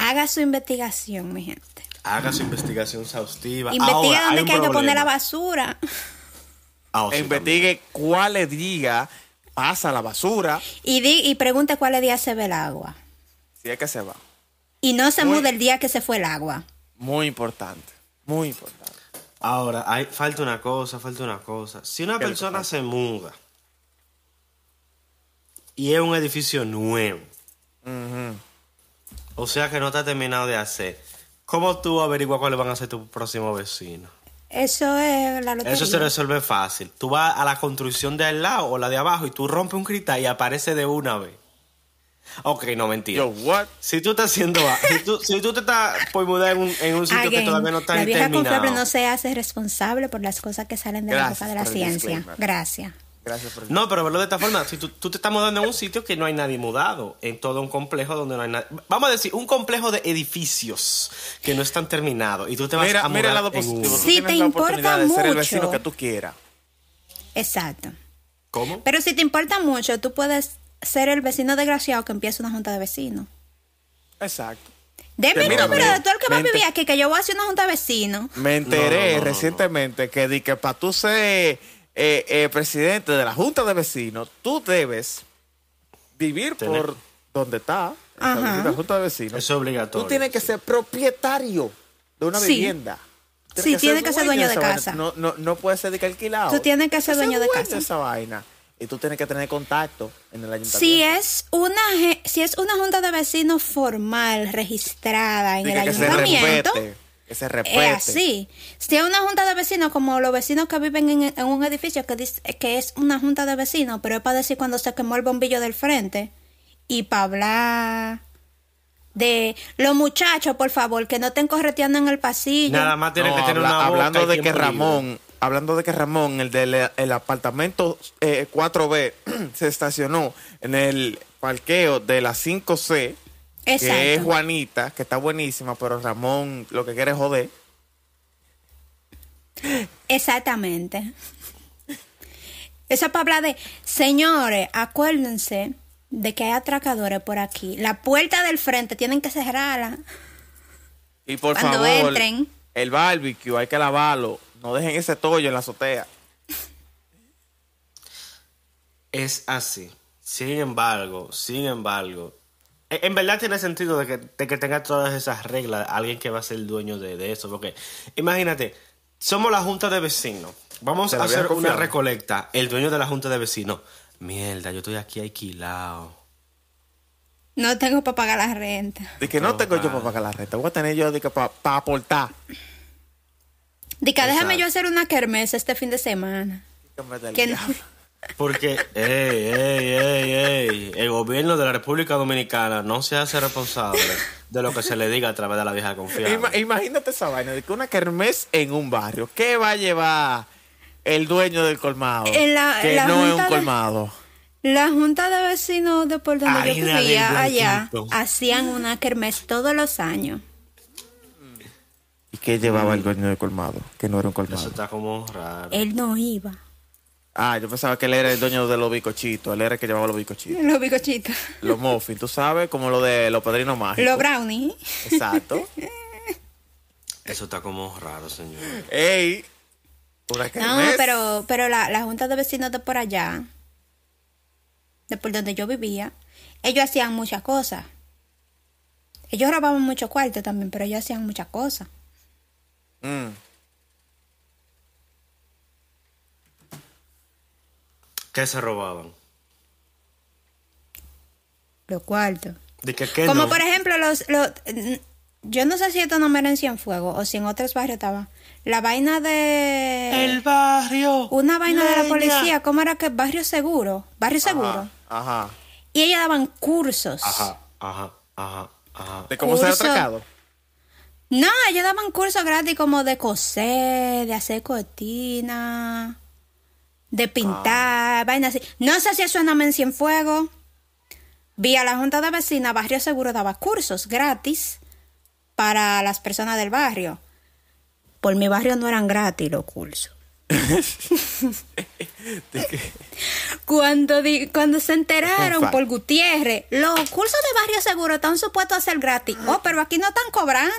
[SPEAKER 2] Haga su investigación, mi gente.
[SPEAKER 3] Haga su investigación exhaustiva.
[SPEAKER 2] Investiga
[SPEAKER 3] Ahora,
[SPEAKER 2] dónde
[SPEAKER 3] un
[SPEAKER 2] que hay que poner la
[SPEAKER 3] problema.
[SPEAKER 2] basura
[SPEAKER 3] Ah, oh, sí,
[SPEAKER 1] Investigue cuál es día pasa la basura,
[SPEAKER 2] y, di, y pregunte cuál día se ve el agua.
[SPEAKER 1] si es que se va.
[SPEAKER 2] Y no se
[SPEAKER 1] Muy-
[SPEAKER 2] mude el día que se fue el agua.
[SPEAKER 1] Muy importante, muy importante.
[SPEAKER 3] también. Ahora, hay, falta una cosa, falta una cosa. Si una
[SPEAKER 1] ¿Qué le
[SPEAKER 3] persona
[SPEAKER 1] falta?
[SPEAKER 3] se muda y es un edificio nuevo, O sea que no te ha terminado de hacer. ¿Cómo tú averiguas cuáles van a ser tus próximos vecinos?
[SPEAKER 2] Eso es la lotería.
[SPEAKER 3] Eso se resuelve fácil. Tú vas a la construcción de al lado o la de abajo y tú rompes un cristal y aparece de una vez. Ok, no, mentira.
[SPEAKER 1] Yo, what?
[SPEAKER 3] Si tú estás haciendo. a- si, tú, si tú te estás por mudar en un, en un sitio que
[SPEAKER 2] Again,
[SPEAKER 3] todavía no está
[SPEAKER 2] la vieja confiable
[SPEAKER 3] terminado.
[SPEAKER 2] no se hace responsable por las cosas que salen de
[SPEAKER 1] Gracias
[SPEAKER 2] la boca de la
[SPEAKER 1] por el
[SPEAKER 2] ciencia.
[SPEAKER 1] disclaimer.
[SPEAKER 2] Gracias.
[SPEAKER 1] Gracias por
[SPEAKER 3] No, pero verlo de esta forma, si tú, tú te estás mudando en un sitio que no hay nadie mudado, en todo un complejo donde no hay nadie. Vamos a decir, un complejo de edificios que no están terminados y tú te vas
[SPEAKER 1] Mira,
[SPEAKER 3] a mudar
[SPEAKER 1] mira el lado
[SPEAKER 3] en
[SPEAKER 1] positivo.
[SPEAKER 3] uno.
[SPEAKER 1] Tú
[SPEAKER 2] Sí,
[SPEAKER 1] tienes
[SPEAKER 2] te
[SPEAKER 1] la
[SPEAKER 2] importa
[SPEAKER 1] oportunidad de ser el
[SPEAKER 2] mucho.
[SPEAKER 1] vecino que tú quieras.
[SPEAKER 2] Exacto.
[SPEAKER 3] ¿Cómo?
[SPEAKER 2] Pero si te importa mucho, tú puedes ser el vecino desgraciado que empieza una junta de vecinos.
[SPEAKER 1] Exacto.
[SPEAKER 2] Deme el
[SPEAKER 1] Mira, Mm,
[SPEAKER 2] número
[SPEAKER 1] ven,
[SPEAKER 2] de todo el que va a
[SPEAKER 1] vente.
[SPEAKER 2] vivir aquí, que yo voy a hacer una junta de vecinos.
[SPEAKER 1] Me enteré
[SPEAKER 3] No, no, no,
[SPEAKER 1] recientemente que di que para tú ser eh, eh, presidente de la Junta de Vecinos, tú debes vivir
[SPEAKER 3] Tener-
[SPEAKER 1] por donde está
[SPEAKER 2] Ajá.
[SPEAKER 1] establecida la Junta de Vecinos.
[SPEAKER 3] Eso es obligatorio,
[SPEAKER 1] Tú tienes que ser propietario de una
[SPEAKER 2] Sí.
[SPEAKER 1] vivienda.
[SPEAKER 2] Sí, tienes que ser dueño de
[SPEAKER 1] esa vaina.
[SPEAKER 2] casa.
[SPEAKER 1] No, no, no puedes ser de que alquilado.
[SPEAKER 2] Tú tienes que ser dueño de casa.
[SPEAKER 1] esa vaina. Y tú tienes que tener contacto en el ayuntamiento.
[SPEAKER 2] Si es una je- si es una junta de vecinos formal registrada en
[SPEAKER 1] Dice
[SPEAKER 2] el
[SPEAKER 1] que se
[SPEAKER 2] ayuntamiento, eh,
[SPEAKER 1] respete. Que se
[SPEAKER 2] es
[SPEAKER 1] respete.
[SPEAKER 2] así. Si es una junta de vecinos como los vecinos que viven en, en un edificio que dice- que es una junta de vecinos, pero es para decir cuando se quemó el bombillo del frente y para hablar de los muchachos, por favor, que no estén correteando en el pasillo.
[SPEAKER 3] Nada más tienes
[SPEAKER 1] No,
[SPEAKER 3] que tener
[SPEAKER 1] habla-
[SPEAKER 3] una boca
[SPEAKER 1] hablando
[SPEAKER 3] y
[SPEAKER 1] de
[SPEAKER 3] tiempo
[SPEAKER 1] que
[SPEAKER 3] libre.
[SPEAKER 1] Ramón, hablando de que Ramón, el del el apartamento eh, 4B, se estacionó en el parqueo de la 5C, que es
[SPEAKER 2] Exacto.
[SPEAKER 1] Juanita, que está buenísima, pero Ramón lo que quiere es joder.
[SPEAKER 2] Exactamente. Eso es para hablar de, señores, acuérdense de que hay atracadores por aquí. La puerta del frente tienen que cerrarla.
[SPEAKER 1] Y por
[SPEAKER 2] Cuando
[SPEAKER 1] favor,
[SPEAKER 2] entren.
[SPEAKER 1] el barbecue hay que lavarlo. No dejen ese tollo en la azotea.
[SPEAKER 3] Es así. Sin embargo, sin embargo. e- En verdad tiene sentido de que, de que tenga todas esas reglas alguien que va a ser el dueño de, de eso. Porque imagínate, somos la junta de vecinos. Vamos
[SPEAKER 1] Te
[SPEAKER 3] a
[SPEAKER 1] la
[SPEAKER 3] hacer
[SPEAKER 1] habías
[SPEAKER 3] una
[SPEAKER 1] confiado.
[SPEAKER 3] recolecta. El dueño de la junta de vecinos. Mierda, yo estoy aquí alquilado.
[SPEAKER 2] No tengo para pagar la renta.
[SPEAKER 1] De que no,
[SPEAKER 3] No,
[SPEAKER 1] tengo yo
[SPEAKER 3] claro.
[SPEAKER 1] para pagar la renta. Voy a tener yo para aportar.
[SPEAKER 2] Dica, déjame
[SPEAKER 3] Exacto.
[SPEAKER 2] yo hacer una kermesa este fin de semana.
[SPEAKER 1] Que me dé el
[SPEAKER 2] Que no-
[SPEAKER 1] diablo.
[SPEAKER 3] Porque, ey, ey, ey, ey, el gobierno de la República Dominicana no se hace responsable de lo que se le diga a través de la vieja
[SPEAKER 1] Ima-
[SPEAKER 3] confianza.
[SPEAKER 1] imagínate esa vaina de que una kermés en un barrio. ¿Qué va a llevar el dueño del colmado?
[SPEAKER 2] En la-
[SPEAKER 1] que
[SPEAKER 2] la
[SPEAKER 1] no es
[SPEAKER 2] junta
[SPEAKER 1] un
[SPEAKER 2] de-
[SPEAKER 1] colmado.
[SPEAKER 2] La junta de vecinos de por donde yo
[SPEAKER 3] Harina de
[SPEAKER 2] vivía allá
[SPEAKER 3] blanquito.
[SPEAKER 2] hacían una kermés todos los años.
[SPEAKER 1] ¿Y qué llevaba el dueño del colmado? Que no era un colmado.
[SPEAKER 3] Mm. Eso está como raro.
[SPEAKER 2] Él no iba.
[SPEAKER 1] Ah, yo pensaba que él era el dueño de los bicochitos. Él era el que llevaba los bicochitos.
[SPEAKER 2] Los bicochitos.
[SPEAKER 1] Los muffins, tú sabes, como lo de los padrinos mágicos.
[SPEAKER 2] Los brownies.
[SPEAKER 1] Exacto.
[SPEAKER 3] Eso está como raro, señor.
[SPEAKER 1] Ey, una kermés.
[SPEAKER 2] No, pero, pero la, la junta de vecinos de por allá, de por donde yo vivía, ellos hacían muchas cosas. Ellos robaban mucho cuarto también, pero ellos hacían muchas cosas.
[SPEAKER 1] Mm.
[SPEAKER 3] ¿Qué se robaban?
[SPEAKER 2] Los cuartos.
[SPEAKER 3] ¿De que, qué
[SPEAKER 2] Como
[SPEAKER 3] no?
[SPEAKER 2] por ejemplo los, los- n- yo no sé si esto no me era en Cienfuegos o si en otros barrios estaba. La vaina de...
[SPEAKER 3] barrio.
[SPEAKER 2] una vaina de la
[SPEAKER 3] leña.
[SPEAKER 2] policía, ¿cómo era que? Barrio seguro. Barrio seguro.
[SPEAKER 1] Ajá, ajá.
[SPEAKER 2] Y ellos daban cursos.
[SPEAKER 3] Ajá, ajá, ajá, ajá.
[SPEAKER 1] ¿De cómo se ha
[SPEAKER 2] Curso.
[SPEAKER 1] atracado?
[SPEAKER 2] No, ellos daban cursos gratis como de coser, de hacer cortina, de pintar, vainas así. No sé si eso en en Cienfuegos. Vi a la Junta de Vecinas, Barrio Seguro daba cursos gratis para las personas del barrio. Por mi barrio no eran gratis los cursos. cuando, di- cuando se
[SPEAKER 1] Un
[SPEAKER 2] enteraron
[SPEAKER 1] fact.
[SPEAKER 2] por Gutiérrez, los cursos de Barrio Seguro están supuestos a ser gratis. Oh, pero aquí no están cobrando.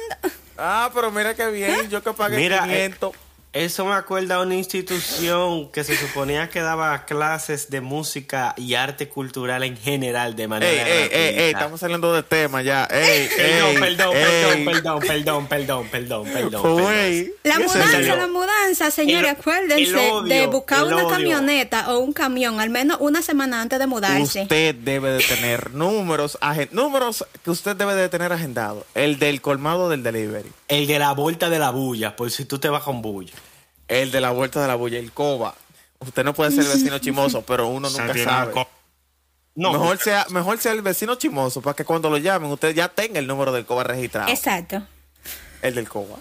[SPEAKER 1] Ah, pero mira qué bien. Yo que pagué
[SPEAKER 3] Mira,
[SPEAKER 1] 500.
[SPEAKER 3] eh, eso me acuerda a una institución que se suponía que daba clases de música y arte cultural en general de manera
[SPEAKER 1] Ey, ey, ey, ey,
[SPEAKER 3] gratuita.
[SPEAKER 1] estamos saliendo de tema ya. Ey,
[SPEAKER 3] Perdón,
[SPEAKER 1] ey,
[SPEAKER 3] perdón,
[SPEAKER 1] ey.
[SPEAKER 3] perdón, perdón, perdón, perdón, perdón, perdón,
[SPEAKER 1] Uy.
[SPEAKER 2] La
[SPEAKER 1] ¿Y eso en
[SPEAKER 2] mudanza,
[SPEAKER 1] serio?
[SPEAKER 2] la mudanza, señores,
[SPEAKER 3] El-
[SPEAKER 2] acuérdense
[SPEAKER 3] el odio,
[SPEAKER 2] de buscar
[SPEAKER 3] el
[SPEAKER 2] una
[SPEAKER 3] odio.
[SPEAKER 2] camioneta o un camión al menos una semana antes de mudarse.
[SPEAKER 1] Usted debe de tener números, agen- números que usted debe de tener agendado. El del colmado del delivery,
[SPEAKER 3] El de la vuelta de la bulla, por si tú te vas con bulla.
[SPEAKER 1] el de la vuelta de la bulla, el coba. Usted no puede ser vecino chimoso, pero uno nunca sabe.
[SPEAKER 3] No.
[SPEAKER 1] Mejor, sea, mejor sea el vecino chimoso para que cuando lo llamen usted ya tenga el número del COBA registrado.
[SPEAKER 2] Exacto.
[SPEAKER 1] El del COBA.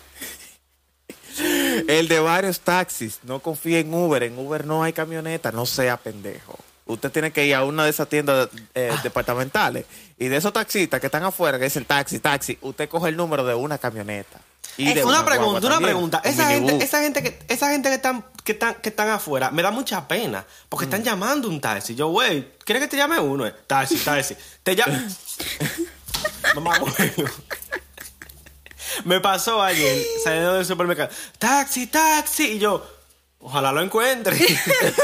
[SPEAKER 1] el de varios taxis. No confíe en Uber. En Uber no hay camioneta. No sea pendejo. Usted tiene que ir a una de esas tiendas eh,
[SPEAKER 3] Ah.
[SPEAKER 1] departamentales. Y de esos taxistas que están afuera que dicen taxi, taxi, usted coge el número de una camioneta. Y
[SPEAKER 2] Es
[SPEAKER 1] de
[SPEAKER 3] Una
[SPEAKER 1] guagua
[SPEAKER 3] pregunta, una
[SPEAKER 1] también,
[SPEAKER 3] pregunta.
[SPEAKER 1] un
[SPEAKER 3] Esa gente,
[SPEAKER 1] minibús.
[SPEAKER 3] esa gente que, esa gente que están, que están, que están afuera, me da mucha pena. Porque
[SPEAKER 1] Mm.
[SPEAKER 3] están llamando un taxi. Yo, güey, ¿quieres que te llame uno? eh? Taxi, taxi. Te llamo. Mamá, güey. Me pasó ayer, saliendo del supermercado. Taxi, taxi. Y yo, ojalá lo encuentre.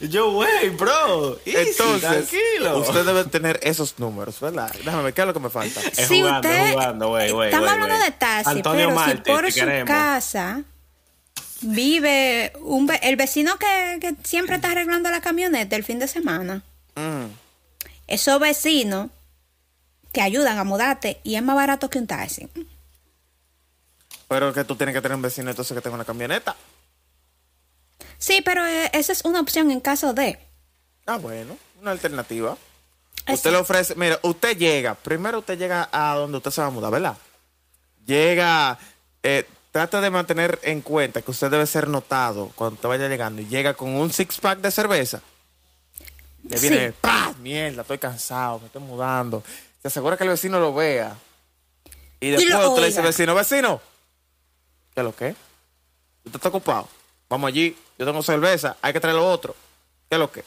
[SPEAKER 3] Y yo, güey, bro. easy,
[SPEAKER 1] Entonces,
[SPEAKER 3] tranquilo.
[SPEAKER 1] usted debe tener esos números, ¿verdad? Déjame ver qué es lo que me falta.
[SPEAKER 3] Es jugando, es jugando, güey, güey,
[SPEAKER 2] estamos
[SPEAKER 3] güey,
[SPEAKER 2] hablando
[SPEAKER 3] güey.
[SPEAKER 2] de taxi,
[SPEAKER 3] Antonio
[SPEAKER 2] pero
[SPEAKER 3] Marte,
[SPEAKER 2] si por
[SPEAKER 3] te
[SPEAKER 2] su
[SPEAKER 3] queremos.
[SPEAKER 2] casa vive un ve- el vecino que, que siempre está arreglando la camioneta el fin de semana,
[SPEAKER 1] Mm.
[SPEAKER 2] esos vecinos te ayudan a mudarte y es más barato que un taxi.
[SPEAKER 1] Pero que tú tienes que tener un vecino entonces que tenga una camioneta.
[SPEAKER 2] Sí, pero eh, esa es una opción en caso de.
[SPEAKER 1] Ah, bueno, una alternativa.
[SPEAKER 2] Exacto.
[SPEAKER 1] Usted le ofrece, mira, usted llega, primero usted llega a donde usted se va a mudar, ¿verdad? Llega, eh, trata de mantener en cuenta que usted debe ser notado cuando te vaya llegando y llega con un six pack de cerveza. Le
[SPEAKER 2] Sí.
[SPEAKER 1] viene, ¡pah! Mierda, estoy cansado, me estoy mudando. Se asegura que el vecino lo vea. Y después
[SPEAKER 2] lo
[SPEAKER 1] usted le dice,
[SPEAKER 2] oiga.
[SPEAKER 1] vecino, vecino. ¿Qué es lo que? Usted está ocupado. Vamos allí, yo tengo cerveza, hay que traer lo otro. ¿Qué es lo que?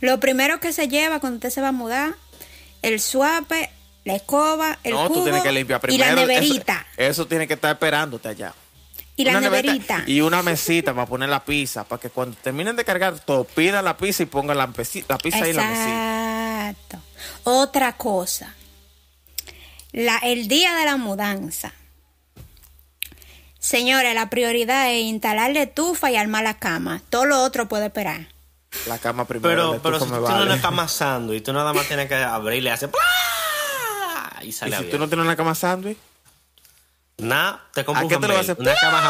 [SPEAKER 2] Lo primero que se lleva cuando usted se va a mudar, el suape, la escoba, el
[SPEAKER 1] no,
[SPEAKER 2] cubo
[SPEAKER 1] tú tienes que limpiar
[SPEAKER 2] y
[SPEAKER 1] primero.
[SPEAKER 2] la
[SPEAKER 1] Eso-
[SPEAKER 2] neverita.
[SPEAKER 1] Eso, tiene que estar esperándote allá.
[SPEAKER 2] y la
[SPEAKER 1] Una neverita
[SPEAKER 2] neverita.
[SPEAKER 1] Y una mesita para poner la pizza. Para que cuando terminen de cargar todo, pidan la pizza y pongan la, peci- la pizza ahí en la mesita.
[SPEAKER 2] Exacto. Otra cosa. La, el día de la mudanza. Señores, la prioridad es instalarle estufa y armar la cama. Todo lo otro puede esperar.
[SPEAKER 1] La cama primero.
[SPEAKER 3] Pero,
[SPEAKER 1] la
[SPEAKER 3] pero si
[SPEAKER 1] estufa
[SPEAKER 3] tú
[SPEAKER 1] me
[SPEAKER 3] tienes
[SPEAKER 1] vale.
[SPEAKER 3] una cama asando y tú nada más tienes que abrirle y hacer ¡plá! y
[SPEAKER 1] Y
[SPEAKER 3] sale
[SPEAKER 1] si
[SPEAKER 3] abierto.
[SPEAKER 1] tú no tienes una cama sándwich,
[SPEAKER 3] Nah, te compras
[SPEAKER 1] ¿A
[SPEAKER 3] un
[SPEAKER 1] qué te lo vas a
[SPEAKER 3] Hummer, una cama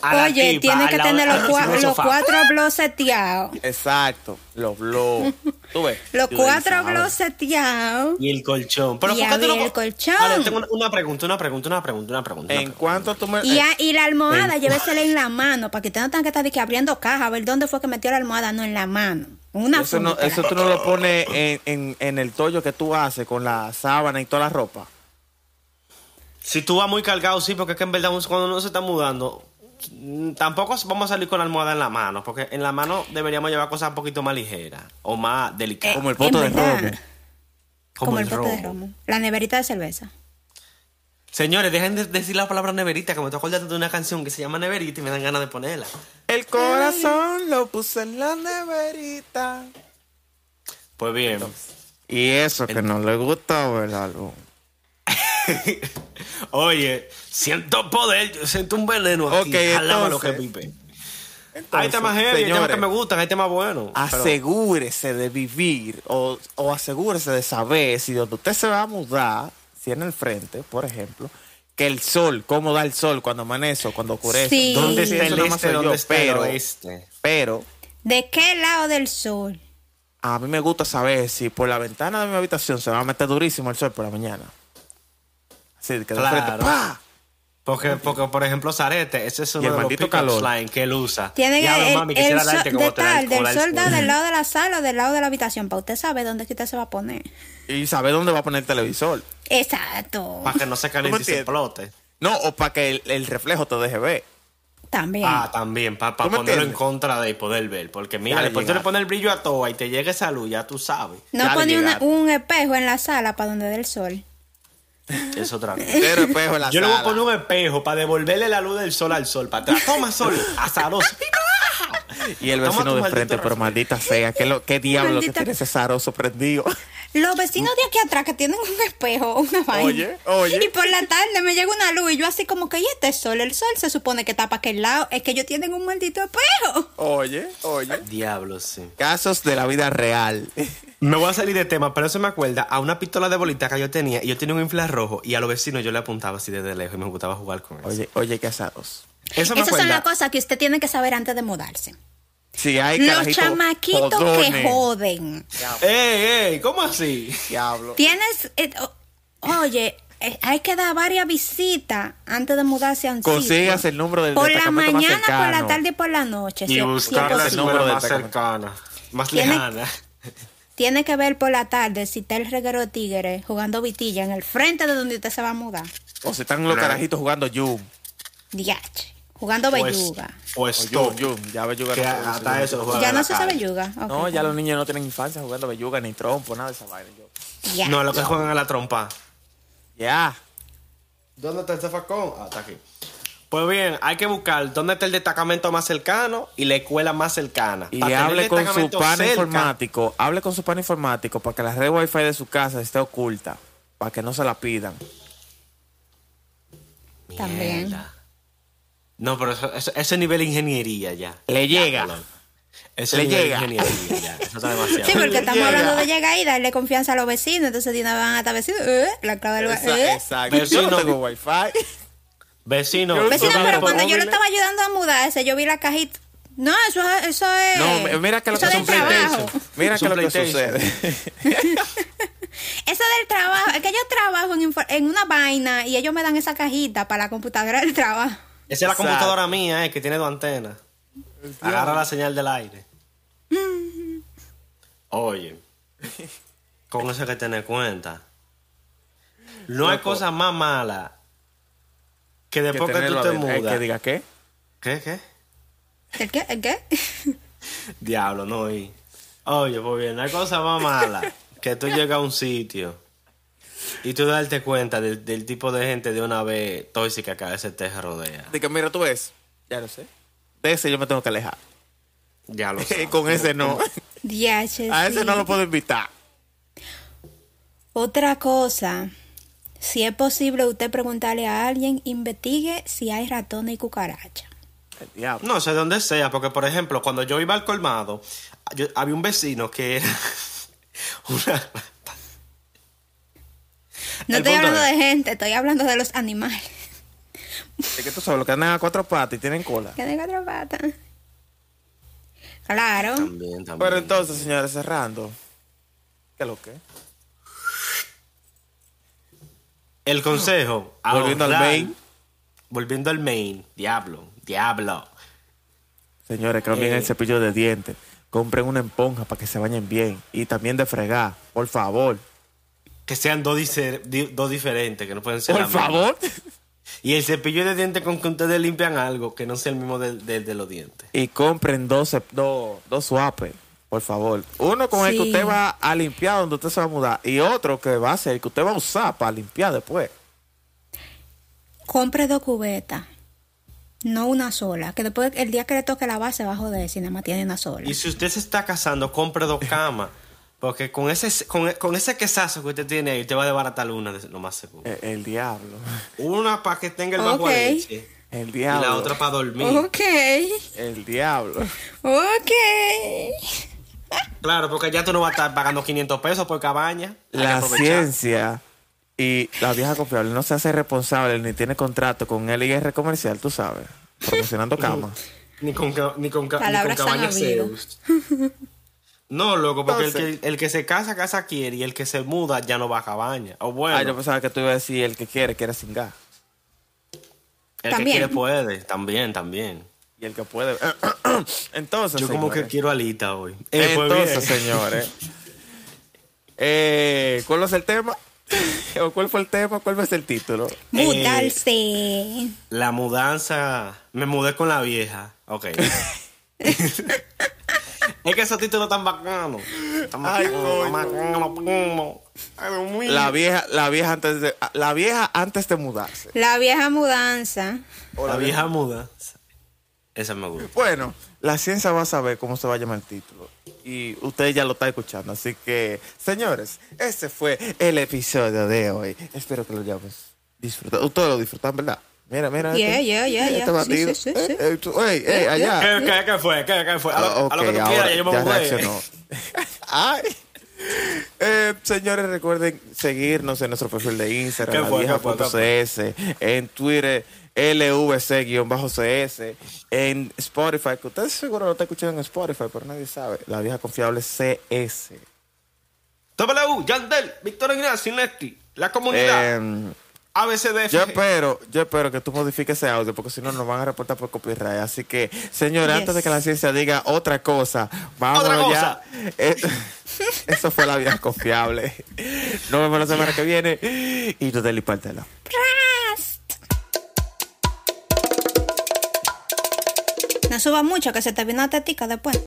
[SPEAKER 3] jamás.
[SPEAKER 2] Oye, tiene que tener los, cua- los cuatro blogs seteados.
[SPEAKER 1] exacto. Los blogs. ¿Tú ves?
[SPEAKER 2] Los
[SPEAKER 1] Tú
[SPEAKER 2] cuatro
[SPEAKER 3] "Ah,
[SPEAKER 1] sabes.
[SPEAKER 2] blogs seteados.
[SPEAKER 3] Y el colchón. Pero
[SPEAKER 2] Y
[SPEAKER 3] ¿por qué tú
[SPEAKER 2] abrir
[SPEAKER 3] no-
[SPEAKER 2] el colchón.
[SPEAKER 3] Ahora, tengo una, una pregunta, una pregunta, una pregunta, una pregunta. una
[SPEAKER 1] En
[SPEAKER 3] pregunta.
[SPEAKER 1] cuanto tú me.
[SPEAKER 2] Y,
[SPEAKER 1] eh,
[SPEAKER 2] a- y la almohada, llévesela en la mano, para que usted no tenga que estar de que abriendo caja, a ver dónde fue que metió la almohada, no en la mano. Una
[SPEAKER 1] eso, no,
[SPEAKER 2] funca.
[SPEAKER 1] eso tú no lo pones en, en- en el tollo que tú haces con la sábana y toda la ropa.
[SPEAKER 3] Si tú vas muy cargado, sí, porque es que en verdad uno- cuando uno se está mudando, mm, tampoco vamos a salir con la almohada en la mano, porque en la mano deberíamos llevar cosas un poquito más ligeras o más delicadas.
[SPEAKER 2] Eh,
[SPEAKER 1] Como el poto de
[SPEAKER 2] en verdad,
[SPEAKER 1] romo.
[SPEAKER 2] Como, el, bote de
[SPEAKER 3] romo.
[SPEAKER 2] romo. La neverita de cerveza.
[SPEAKER 3] Señores, dejen de decir la palabra neverita, que me estoy acordando de una canción que se llama Neverita y me dan ganas de ponerla.
[SPEAKER 1] El corazón lo puse en la neverita.
[SPEAKER 3] Pues bien,
[SPEAKER 1] Y eso que no le gustaba el álbum.
[SPEAKER 3] oye, siento poder, yo siento un veneno aquí.
[SPEAKER 1] Ok,
[SPEAKER 3] Jalaba lo que
[SPEAKER 1] entonces,
[SPEAKER 3] pipe. Hay temas heavy, hay temas
[SPEAKER 1] señores,
[SPEAKER 3] que me gustan, hay temas buenos. pero-
[SPEAKER 1] Asegúrese de vivir o, o asegúrese de saber si donde usted se va a mudar, si en el frente, por ejemplo, que el sol, cómo da el sol cuando amanece o cuando oscurece.
[SPEAKER 2] Sí.
[SPEAKER 3] ¿Dónde
[SPEAKER 1] Sí,
[SPEAKER 3] está
[SPEAKER 1] eso
[SPEAKER 3] el
[SPEAKER 1] nada más
[SPEAKER 3] este?
[SPEAKER 1] soy
[SPEAKER 3] ¿Dónde
[SPEAKER 1] yo,
[SPEAKER 3] está
[SPEAKER 1] pero,
[SPEAKER 3] el oeste?
[SPEAKER 1] Pero
[SPEAKER 2] ¿De qué lado del sol?
[SPEAKER 1] a mí me gusta saber si por la ventana de mi habitación se va a meter durísimo el sol por la mañana. Así que de
[SPEAKER 3] Claro.
[SPEAKER 1] frente, ¡pah!
[SPEAKER 3] Porque, porque, por ejemplo, Zarete, ese es uno
[SPEAKER 1] Y el
[SPEAKER 3] de los
[SPEAKER 1] maldito
[SPEAKER 3] pickup
[SPEAKER 1] calor.
[SPEAKER 3] line que él usa.
[SPEAKER 2] Tiene que
[SPEAKER 3] Diablo,
[SPEAKER 2] el,
[SPEAKER 3] mami,
[SPEAKER 2] el
[SPEAKER 3] quisiera
[SPEAKER 2] sol-
[SPEAKER 3] darte como
[SPEAKER 2] de
[SPEAKER 3] te da
[SPEAKER 2] tal,
[SPEAKER 3] el
[SPEAKER 2] del
[SPEAKER 3] cola al
[SPEAKER 2] sol da
[SPEAKER 3] culo.
[SPEAKER 2] del lado de la sala o del lado de la habitación, para usted saber dónde es que usted se va a poner.
[SPEAKER 1] Y saber dónde va a poner el televisor.
[SPEAKER 2] Exacto.
[SPEAKER 3] Para que no se caliente y se
[SPEAKER 1] entiendes?
[SPEAKER 3] explote.
[SPEAKER 1] No, o para que el, el reflejo te deje ver.
[SPEAKER 2] También.
[SPEAKER 3] Ah, también, para
[SPEAKER 1] ¿Tú me
[SPEAKER 3] ponerlo en
[SPEAKER 1] entiendes?
[SPEAKER 3] contra de poder ver. Porque mira,
[SPEAKER 1] Ya le
[SPEAKER 3] después tú le
[SPEAKER 1] llegaste.
[SPEAKER 3] pones el brillo a toa y te llega esa luz, ya tú sabes.
[SPEAKER 2] no
[SPEAKER 1] ya
[SPEAKER 2] pone una-
[SPEAKER 1] llegaste.
[SPEAKER 2] un espejo en la sala para donde dé el sol.
[SPEAKER 3] Es otra cosa.
[SPEAKER 1] Pero espejo en la
[SPEAKER 3] Yo le voy a
[SPEAKER 1] sala.
[SPEAKER 3] poner un espejo para devolverle la luz del sol al sol. Para atrás. Toma sol, azaroso.
[SPEAKER 1] Y el
[SPEAKER 3] Toma
[SPEAKER 1] vecino
[SPEAKER 3] tu
[SPEAKER 1] de
[SPEAKER 3] maldito
[SPEAKER 1] frente, pero
[SPEAKER 3] refresco.
[SPEAKER 1] maldita sea, ¿qué, lo, qué diablo que
[SPEAKER 2] Maldita-
[SPEAKER 1] tiene ese zaroso prendido?
[SPEAKER 2] Los vecinos de aquí atrás que tienen un espejo, una vaina.
[SPEAKER 1] Oye, oye.
[SPEAKER 2] Y por la tarde me llega una luz y yo así como que, ¿y este sol? El sol se supone que tapa aquel lado. Es que ellos tienen un maldito espejo.
[SPEAKER 1] Oye, oye.
[SPEAKER 3] Diablo, sí.
[SPEAKER 1] Casos de la vida real.
[SPEAKER 3] Me voy a salir de tema, pero eso me acuerda a una pistola de bolita que yo tenía. Y yo tenía un infrarrojo y a los vecinos yo le apuntaba así desde lejos y me gustaba jugar con eso.
[SPEAKER 1] Oye, oye, qué asados.
[SPEAKER 3] eso me
[SPEAKER 2] Esas son
[SPEAKER 3] acuerda.
[SPEAKER 2] las cosas que usted tiene que saber antes de mudarse.
[SPEAKER 1] Si hay
[SPEAKER 2] Los
[SPEAKER 1] carajitos
[SPEAKER 2] chamaquitos que
[SPEAKER 1] jodones.
[SPEAKER 2] joden.
[SPEAKER 3] ¡Ey, ey! ¿Cómo así?
[SPEAKER 1] Diablo.
[SPEAKER 2] Tienes. eh, o- oye, eh, hay que dar varias visitas antes de mudarse a un sitio.
[SPEAKER 1] Consígase el número del
[SPEAKER 2] Por la
[SPEAKER 1] destacamento más
[SPEAKER 2] mañana, por la
[SPEAKER 1] cercano.
[SPEAKER 2] tarde y por la noche. si
[SPEAKER 3] Y
[SPEAKER 2] es- si es
[SPEAKER 3] buscar la
[SPEAKER 1] las
[SPEAKER 2] posible.
[SPEAKER 1] números
[SPEAKER 3] escuela
[SPEAKER 1] de
[SPEAKER 3] más
[SPEAKER 1] Tacoma.
[SPEAKER 3] cercana, más
[SPEAKER 2] Tiene-
[SPEAKER 3] lejana.
[SPEAKER 2] Tiene que ver por la tarde si está el reguero de tigre jugando vitilla en el frente de donde usted se va a mudar.
[SPEAKER 1] O si están los
[SPEAKER 3] Claro.
[SPEAKER 1] carajitos jugando Yum.
[SPEAKER 2] Diache. Jugando
[SPEAKER 3] Pues,
[SPEAKER 2] belluga.
[SPEAKER 1] O
[SPEAKER 3] pues
[SPEAKER 1] Yum,
[SPEAKER 3] tú,
[SPEAKER 1] Yum. Ya belluga
[SPEAKER 3] que
[SPEAKER 1] no se usa,
[SPEAKER 3] hasta
[SPEAKER 1] Yum.
[SPEAKER 3] eso juega
[SPEAKER 2] ya
[SPEAKER 3] en
[SPEAKER 2] no
[SPEAKER 3] la
[SPEAKER 2] se usa
[SPEAKER 3] calle.
[SPEAKER 2] belluga. Ok,
[SPEAKER 1] No, ya los niños no tienen infancia jugando belluga, ni trompo, nada de esa vaina. yo.
[SPEAKER 2] ya.
[SPEAKER 3] No, lo que juegan a la trompa.
[SPEAKER 1] Ya.
[SPEAKER 3] ¿Dónde está el zafacón? Ah, está aquí. Pues bien, hay que buscar dónde está el destacamento más cercano y la escuela más cercana.
[SPEAKER 1] Y
[SPEAKER 3] Pa' tener
[SPEAKER 1] hable
[SPEAKER 3] el
[SPEAKER 1] con su
[SPEAKER 3] destacamento
[SPEAKER 1] pana
[SPEAKER 3] cerca.
[SPEAKER 1] informático. Hable con su pana informático para que la red wifi de su casa esté oculta. Para que no se la pidan.
[SPEAKER 2] También.
[SPEAKER 3] Mierda. No, pero eso, eso- eso es nivel ingeniería ya.
[SPEAKER 1] Le llega.
[SPEAKER 3] Eso
[SPEAKER 1] Le
[SPEAKER 3] es nivel
[SPEAKER 1] llega.
[SPEAKER 3] ingeniería ya. Eso está demasiado.
[SPEAKER 2] Sí, porque estamos
[SPEAKER 1] Llega.
[SPEAKER 2] hablando de llegar y darle confianza a los vecinos. Entonces, de una vez van a estar vecinos. eh, la clave del
[SPEAKER 1] Esa-
[SPEAKER 2] eh.
[SPEAKER 1] Exacto.
[SPEAKER 3] Pero
[SPEAKER 1] Yo
[SPEAKER 3] si
[SPEAKER 1] no
[SPEAKER 3] no-
[SPEAKER 1] tengo wifi.
[SPEAKER 3] Vecino.
[SPEAKER 1] Yo-
[SPEAKER 2] Vecino,
[SPEAKER 1] Tú
[SPEAKER 2] pero
[SPEAKER 1] también,
[SPEAKER 2] cuando
[SPEAKER 1] pues,
[SPEAKER 2] yo lo
[SPEAKER 1] móviles.
[SPEAKER 2] estaba ayudando a mudarse, yo vi la cajita. No, eso, es- eso es.
[SPEAKER 1] No, m- mira que lo
[SPEAKER 2] eso
[SPEAKER 1] que
[SPEAKER 2] es
[SPEAKER 1] es
[SPEAKER 2] del
[SPEAKER 1] un pretexto.
[SPEAKER 2] trabajo.
[SPEAKER 1] Mira
[SPEAKER 3] Es
[SPEAKER 1] que
[SPEAKER 3] un
[SPEAKER 1] lo que
[SPEAKER 3] PlayStation.
[SPEAKER 1] sucede.
[SPEAKER 2] Eso del trabajo. Es que yo trabajo en, infor- en una vaina y ellos me dan esa cajita para la computadora del trabajo.
[SPEAKER 3] Esa es la
[SPEAKER 1] Exacto.
[SPEAKER 3] computadora mía, eh, que tiene dos antenas. Agarra la señal del aire. Oye, con eso hay que tener cuenta. No hay cosa más mala que
[SPEAKER 1] Que
[SPEAKER 3] después que, tú
[SPEAKER 1] tenerlo
[SPEAKER 3] te
[SPEAKER 1] adentro. Eh,
[SPEAKER 3] mudas.
[SPEAKER 1] Que diga qué.
[SPEAKER 3] ¿Qué, qué?
[SPEAKER 2] ¿El qué? ¿El qué?
[SPEAKER 3] Diablo, no oí. Oye, pues bien, no hay cosa más mala que tú llegas a un sitio y tú darte cuenta del, del tipo de gente de una vez tóxica que a veces te rodea.
[SPEAKER 1] Diga, mira, tú ves. Ya lo sé. De ese yo me tengo que alejar.
[SPEAKER 3] Ya lo sabes.
[SPEAKER 1] Con ese no.
[SPEAKER 2] Diache,
[SPEAKER 1] A ese
[SPEAKER 2] sí.
[SPEAKER 1] no lo puedo invitar.
[SPEAKER 2] Otra cosa. Si es posible usted preguntarle a alguien, investigue si hay ratones y cucarachas.
[SPEAKER 1] El diablo.
[SPEAKER 3] No sé de dónde sea, porque por ejemplo, cuando yo iba al colmado, yo- había un vecino que era una rata.
[SPEAKER 2] No
[SPEAKER 3] El
[SPEAKER 2] estoy
[SPEAKER 3] punto
[SPEAKER 2] hablando
[SPEAKER 3] es-
[SPEAKER 2] de gente, estoy hablando de los animales.
[SPEAKER 1] Es que tú sabes, los que andan a cuatro patas y tienen cola.
[SPEAKER 2] Que de cuatro patas. Claro.
[SPEAKER 3] También, también.
[SPEAKER 1] Pero entonces, señores, cerrando. ¿Qué lo que?
[SPEAKER 3] El consejo.
[SPEAKER 1] Volviendo al
[SPEAKER 3] ahorrar-
[SPEAKER 1] main.
[SPEAKER 3] Volviendo al main. Diablo, diablo.
[SPEAKER 1] Señores, cambien
[SPEAKER 3] Eh.
[SPEAKER 1] el cepillo de dientes. Compren una esponja para que se bañen bien. Y también de fregar, por favor.
[SPEAKER 3] Que sean dos, dice- di- dos diferentes, que no pueden ser
[SPEAKER 1] Por
[SPEAKER 3] la misma.
[SPEAKER 1] favor.
[SPEAKER 3] Y el cepillo de dientes con que ustedes limpian algo, que no sea el mismo del del de los dientes.
[SPEAKER 1] Y compren dos, cep- dos, dos swapes, por favor. Uno con el que
[SPEAKER 2] Sí.
[SPEAKER 1] usted va a limpiar donde usted se va a mudar. Y otro que va a ser el que usted va a usar para limpiar después.
[SPEAKER 2] Compre dos cubetas. No una sola. Que después el día que le toque la base va a joder si nada más tiene una sola.
[SPEAKER 3] Y si usted se está casando, compre dos camas. Porque con ese, con, con ese quesazo que usted tiene ahí, usted va a desbaratar una, de- lo más seguro.
[SPEAKER 1] El, el diablo.
[SPEAKER 3] Una para que tenga el
[SPEAKER 2] Ok.
[SPEAKER 3] bajo de leche.
[SPEAKER 1] El
[SPEAKER 3] Y
[SPEAKER 1] diablo.
[SPEAKER 3] la otra para dormir.
[SPEAKER 2] Ok.
[SPEAKER 1] El diablo.
[SPEAKER 2] Ok.
[SPEAKER 1] Eh,
[SPEAKER 3] Claro, porque ya tú no vas a estar pagando 500 pesos por cabaña. Hay que
[SPEAKER 1] la
[SPEAKER 3] aprovechar.
[SPEAKER 1] ciencia y la vieja confiable no se hace responsable ni tiene contrato con LIR comercial, tú sabes, promocionando cama.
[SPEAKER 3] Ni con, ca- ni con, ca- ni con
[SPEAKER 2] Palabras tan
[SPEAKER 3] cabaña
[SPEAKER 2] habidas.
[SPEAKER 3] Zeus. No, loco, porque el
[SPEAKER 1] Entonces-
[SPEAKER 3] que, el que se casa, casa quiere. Y el que se muda, ya no va a cabaña. O bueno,
[SPEAKER 1] Ah, yo pensaba que tú ibas a decir el que quiere, quiere sin gas.
[SPEAKER 3] el
[SPEAKER 2] También.
[SPEAKER 3] que quiere puede. También, también.
[SPEAKER 1] Y el que puede. Entonces,
[SPEAKER 3] Yo como que
[SPEAKER 1] señores,
[SPEAKER 3] quiero alita hoy. Eh, pues bien.
[SPEAKER 1] Entonces, señores. eh, ¿Cuál es el tema? ¿O cuál fue el tema? ¿Cuál es el título?
[SPEAKER 2] Mudarse.
[SPEAKER 3] La mudanza. Me mudé con la vieja. Ok. es que esos títulos tan bacanos. Tan
[SPEAKER 1] Ay,
[SPEAKER 3] bacanos,
[SPEAKER 1] coño.
[SPEAKER 3] bacanos, bacanos. Ay, Dios mío.
[SPEAKER 1] La vieja, la vieja antes de, la vieja antes de mudarse.
[SPEAKER 2] La vieja mudanza.
[SPEAKER 1] O
[SPEAKER 3] la
[SPEAKER 1] la
[SPEAKER 3] vieja muda. Esa me gusta.
[SPEAKER 1] Bueno, la ciencia va a saber cómo se va a llamar el título. Y usted ya lo está escuchando. Así que, señores, ese fue el episodio de hoy. Espero que lo llames. Disfrutado. Ustedes lo disfrutan, ¿verdad? Mira, mira.
[SPEAKER 2] Yeah,
[SPEAKER 1] este-
[SPEAKER 2] yeah, yeah,
[SPEAKER 1] este
[SPEAKER 2] yeah. Sí,
[SPEAKER 1] batido.
[SPEAKER 2] sí, sí,
[SPEAKER 1] Eh,
[SPEAKER 2] sí.
[SPEAKER 1] eh, tú- ey, ey, allá.
[SPEAKER 3] ¿Qué, qué, qué fue? ¿Qué, qué fue? A lo,
[SPEAKER 1] Ah,
[SPEAKER 3] a lo que
[SPEAKER 1] ok,
[SPEAKER 3] tú
[SPEAKER 1] ahora
[SPEAKER 3] quieras, yo me
[SPEAKER 1] ya
[SPEAKER 3] mudé.
[SPEAKER 1] reaccionó. Ay. Eh, señores, recuerden seguirnos en nuestro perfil de
[SPEAKER 3] ¿Qué
[SPEAKER 1] Instagram,
[SPEAKER 3] fue,
[SPEAKER 1] la
[SPEAKER 3] qué fue, qué
[SPEAKER 1] vieja.cs, en Twitter, LVC-CS, en Spotify, que ustedes seguro lo están escuchando en Spotify, pero nadie sabe. La vieja confiable CS.
[SPEAKER 3] W, Yandel, Víctor Ignacio, Nesti, la comunidad,
[SPEAKER 1] Eh,
[SPEAKER 3] ABCDF.
[SPEAKER 1] yo espero, yo espero que tú modifiques ese audio, porque si no nos van a reportar por copyright. Así que, señores,
[SPEAKER 2] Yes.
[SPEAKER 1] antes de que la ciencia diga otra cosa, vamos
[SPEAKER 3] Otra
[SPEAKER 1] ya.
[SPEAKER 3] cosa.
[SPEAKER 1] Eh, eso fue la vieja confiable. Nos vemos la semana que viene y tú te partela.
[SPEAKER 2] No suba mucho, que se te viene una tetica después.